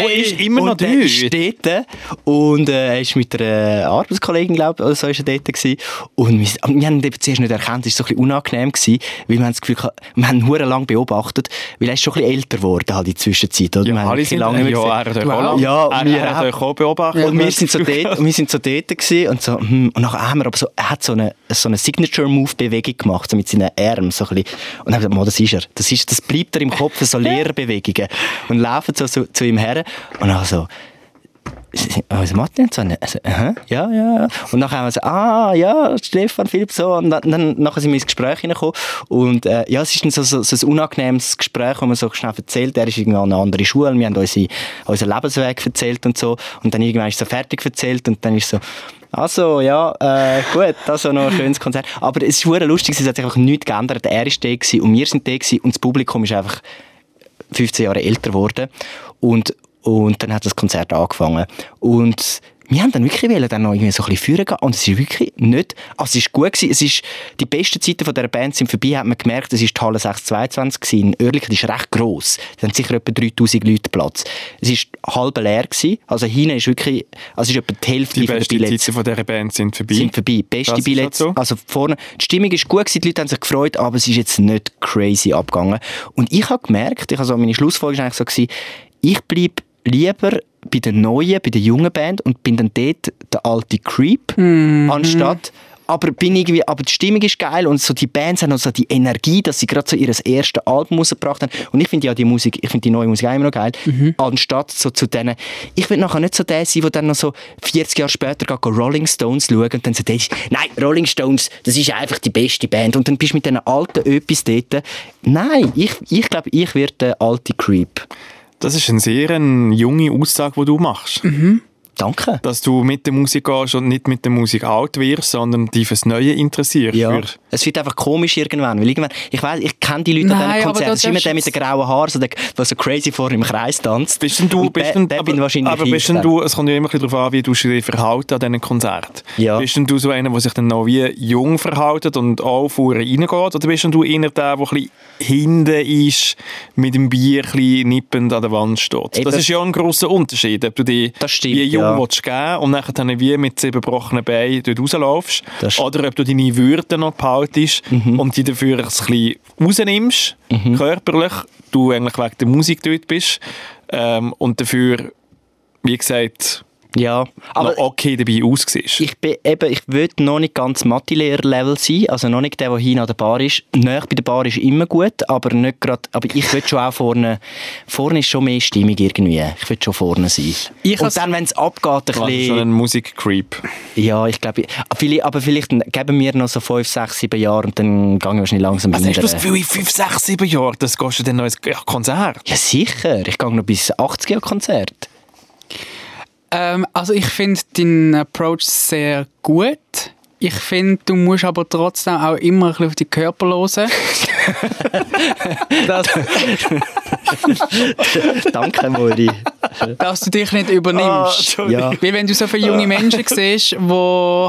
S1: der ist immer noch
S2: Und der
S1: dort.
S2: ist dort und äh, er ist mit einer Arbeitskollegin, glaube ich, oder so ist er dort gewesen. Und wir, sind- wir haben ihn eben zuerst nicht erkannt, es war so ein bisschen unangenehm, gewesen, weil wir haben das Gefühl gehabt, wir haben ihn verdammt lang beobachtet, weil er ist schon ein bisschen älter geworden halt in der Zwischenzeit. Oder? wir haben ihn
S1: alle
S2: ein bisschen
S1: sind lange
S2: nicht mehr
S1: ja,
S2: gesehen.
S1: er hat euch
S3: Wow.
S1: auch lang-
S2: Ja,
S1: er-
S2: wir
S1: er hat
S2: auch.
S1: euch auch beobachtet.
S2: Und wir sind so dort, und wir sind so dort gewesen und so, hm, und nachher haben wir aber so, er hat so eine, so eine Signature-Move-Bewegung gemacht, so mit seinen Armen, so ein bisschen. Und dann haben wir gesagt, «Mo, das ist er, das ist, das bleibt er im Kopf, so Lehrerbewegungen. Und laufen so, so zu ihm her, und dann so, also Martin so eine, also, aha, ja, ja, ja. Und nachher haben wir so, ah, ja, Stefan, Philipp, so. Und dann, dann nachher sind wir ins Gespräch hineingekommen. Und äh, ja, es ist dann so, so, so ein unangenehmes Gespräch, wo man so schnell erzählt, er ist irgendwann an eine andere Schule, wir haben unsere, unseren Lebensweg erzählt und so. Und dann irgendwann ist es so fertig erzählt und dann ist so, also, ja, äh, gut, also noch ein schönes Konzert. Aber es ist verdammt lustig, es hat sich einfach nichts geändert. Er ist da gewesen und wir sind da gewesen und das Publikum ist einfach 15 Jahre älter geworden. Und, und dann hat das Konzert angefangen. Und wir haben dann wirklich wollen, dann noch irgendwie so ein bisschen führen gehen. Und es ist wirklich nicht, also es ist gut gewesen. Es ist, die besten Zeiten von dieser Band sind vorbei, hat man gemerkt. Es war die Halle 622 gewesen. in Oerlikon, die ist recht gross. Da haben sicher etwa 3000 Leute Platz. Es war halb leer gewesen. Also hinten ist wirklich, also es ist etwa die Hälfte
S1: die
S2: von der
S1: besten
S2: Billets
S1: Zeiten von dieser Band sind vorbei.
S2: sind vorbei. Beste
S1: Das ist
S2: Billets.
S1: so.
S2: Also vorne. Die Stimmung ist gut, gewesen, die Leute haben sich gefreut, aber es ist jetzt nicht crazy abgegangen. Und ich habe gemerkt, ich also meine Schlussfolgerung war eigentlich so, gewesen, ich bleibe lieber bei der neuen, bei der jungen Band und bin dann dort der alte Creep, anstatt aber, bin irgendwie, aber die Stimmung ist geil und so die Bands haben auch so die Energie, dass sie gerade so ihr erstes Album rausgebracht haben. Und ich finde ja die Musik, ich finde die neue Musik auch immer noch geil.
S1: Mhm.
S2: Anstatt so zu denen, ich will nachher nicht so der sein, der dann noch so 40 Jahre später geht, go Rolling Stones schaut und dann so der ist, nein, Rolling Stones, das ist einfach die beste Band. Und dann bist du mit diesen alten etwas dort. Nein, ich, ich glaube, ich werde der alte Creep.
S1: Das ist eine sehr eine junge Aussage, die du machst.
S2: Danke.
S1: Dass du mit der Musik gehst und nicht mit der Musik alt wirst, sondern dich fürs Neue interessierst.
S2: Ja.
S1: Für
S2: Es wird einfach komisch irgendwann, weil irgendwann, ich weiß, ich kenne die Leute an
S3: Nein,
S2: diesen
S3: aber
S2: Konzerten,
S3: da
S2: es ist immer
S3: darfst
S2: der mit den grauen Haaren, so der, der so crazy vor im Kreis tanzt.
S1: Bist denn du,
S2: Und
S1: bist
S2: der-
S1: denn,
S2: der bin wahrscheinlich
S1: aber
S2: ich
S1: bist denn
S2: dann.
S1: du, es kommt ja immer ein bisschen darauf an, wie du dich verhalten an diesen Konzerten.
S2: Ja.
S1: Bist denn du so einer, der sich dann noch wie jung verhaltet und auch vorher reingeht? Oder bist denn du eher der, der ein bisschen hinten ist, mit dem Bier ein bisschen nippend an der Wand steht?
S2: Ey,
S1: das,
S2: das-
S1: ist ja ein grosser Unterschied, ob du dich
S2: Das stimmt,
S1: wie jung
S2: ja.
S1: willst geben und nachher dann wie mit sieben gebrochenen Beinen dort rauslaufst.
S2: Das stimmt.
S1: Oder ob du deine Würde noch behaltest und dich dafür ein bisschen rausnimmst, körperlich, du eigentlich wegen der Musik dort bist ähm, und dafür, wie gesagt,
S2: Ja,
S1: noch
S2: aber
S1: okay dabei ausgesehen.
S2: ich bin eben, ich will noch nicht ganz Mathelehrer-Level sein, also noch nicht der, der hin an der Bar ist. Näher bei der Bar ist immer gut, aber nicht gerade, aber ich will schon auch vorne, vorne ist schon mehr Stimmung irgendwie. Ich will schon vorne sein.
S3: Ich has-
S2: Und dann, wenn es abgeht, ein
S1: Das ist
S2: bisschen...
S1: schon ein Musikcreep.
S2: Ja, ich glaube, aber vielleicht geben wir noch so 5, 6, 7 Jahre und dann gehen wir schnell langsam
S1: Also hast du das
S2: wieder.
S1: Gefühl, in 5, 6, 7 Jahren, das gehst du dann noch ins ja, Konzert?
S2: Ja, sicher. Ich gehe noch bis 80er-Konzert.
S3: Ähm, also ich finde deinen Approach sehr gut. Ich finde, du musst aber trotzdem auch immer ein bisschen auf die Körper hören. dass,
S2: Danke, Mori.
S3: dass du dich nicht
S1: Ah,
S3: übernimmst.
S2: Ja.
S3: Weil wenn du so viele junge Menschen siehst, die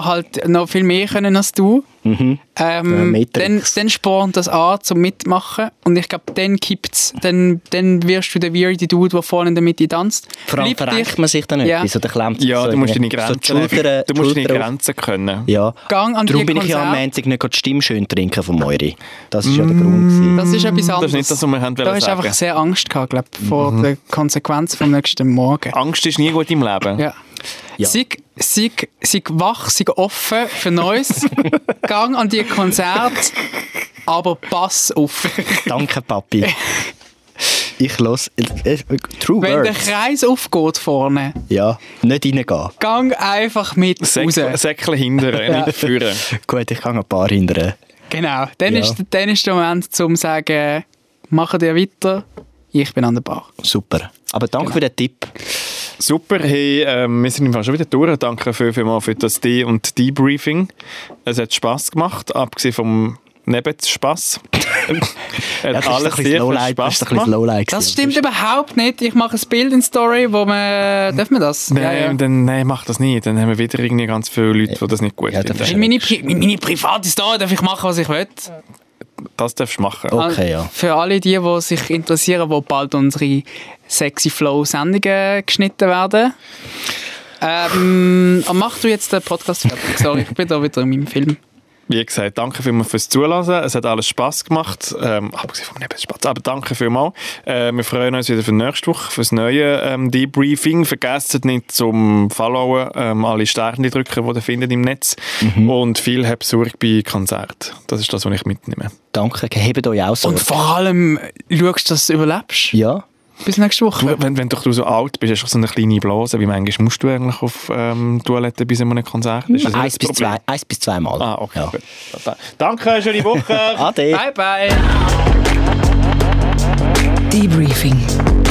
S3: halt noch viel mehr können als du,
S2: Mhm. Ja,
S3: ähm,
S2: Matrix.
S3: dann, dann spornt das an, zum Mitmachen. Und ich glaube, dann kippt es. Dann, dann wirst du der weirde Dude, der vorne in der Mitte tanzt.
S2: Vor allem
S3: Bleib
S2: verrenkt
S3: dich-
S2: man sich dann
S3: Ja.
S2: etwas oder klemmt sich
S1: Ja,
S2: so
S1: du musst deine
S2: irgendwie- so die
S1: Grenzen,
S2: Schultern,
S1: du musst deine
S2: Schultern auf.
S1: Grenzen können.
S2: Ja.
S3: Gang an die
S2: Darum bin ich ja am
S3: Konzerte.
S2: Montag nicht gerade stimmschön trinken von Moiri. Das war ja
S3: Mm.
S2: der Grund. gewesen.
S3: Das ist etwas anderes.
S1: Das ist nicht das, was wir haben
S3: Da
S1: wollen
S3: hast du einfach
S1: sagen.
S3: sehr Angst gehabt, glaub, vor
S2: Mhm.
S3: der Konsequenz vom nächsten Morgen.
S1: Angst ist nie gut im Leben.
S3: Ja.
S2: Ja.
S3: Sei, sei, sei wach, sei offen für Neues. Gang an die Konzerte, aber pass auf.
S2: Danke, Papi. Ich los. äh, äh, True
S3: Wenn der
S2: Words.
S3: Kreis aufgeht vorne,
S2: Ja, nicht reingehen.
S3: gang einfach mit raus.
S1: Säckle, Säckle hindern, nicht führen.
S2: Gut, ich kann ein paar hindern.
S3: Genau. Dann,
S2: Ja.
S3: ist, dann ist der Moment, zum zu sagen, machen dir weiter, ich bin an der Bar.
S2: Super. Aber danke für den Tipp.
S1: Super, hey, ähm, wir sind im Fall schon wieder durch. Danke viel, viel mal für das De- und Debriefing. Es hat Spass gemacht, abgesehen vom Nebenspass.
S2: Ja,
S1: hat
S2: das ist ein
S1: alles sehr
S2: bisschen
S1: viel
S2: Lowlight.
S1: Spass
S2: Das ist ein bisschen
S1: gemacht.
S2: Lowlight.
S3: Das
S2: gewesen.
S3: stimmt überhaupt nicht. Ich mache ein Bild in die Story, wo man... Darf man das?
S1: Nein, Dann, nein, mach das nicht. Dann haben wir wieder irgendwie ganz viele Leute, die das nicht gut
S2: Ja, dann
S1: finden.
S2: verstehe
S3: In meine, Pri in meine private Story darf ich machen, was ich will.
S1: Das darfst du machen.
S2: Okay, ja.
S3: Für alle die, die sich interessieren, wo bald unsere Sexy Flow-Sendungen geschnitten werden. Ähm, und mach du jetzt den Podcast fertig. Sorry, ich bin da wieder in meinem Film.
S1: Wie gesagt, danke vielmals fürs Zuhören. Es hat alles Spass gemacht. Ähm, abgesehen vom Nebenspaß. Aber danke vielmals. Äh, wir freuen uns wieder für nächste Woche, fürs neue ähm, Debriefing. Vergesst nicht zum Followen, ähm, alle Sterne drücken, die ihr findet im Netz.
S2: Mhm.
S1: Und viel habt Sorge bei Konzerten. Das ist das, was ich mitnehme.
S2: Danke, hebt euch auch so.
S3: Und vor allem äh, schaust du, dass du überlebst.
S2: Ja,
S3: Bis nächste
S1: Du,
S3: Woche.
S1: wenn, wenn doch du so alt bist, hast du so eine kleine Blase. Wie manchmal musst du eigentlich auf ähm, Toilette bei so einem Konzert? Ist das nicht
S2: eins
S1: das
S2: bis,
S1: Problem?
S2: zwei, eins bis zweimal.
S1: Ah, okay.
S2: Ja.
S1: Gut. Danke, schöne Woche.
S2: Ade.
S3: Bye, bye.
S4: Debriefing.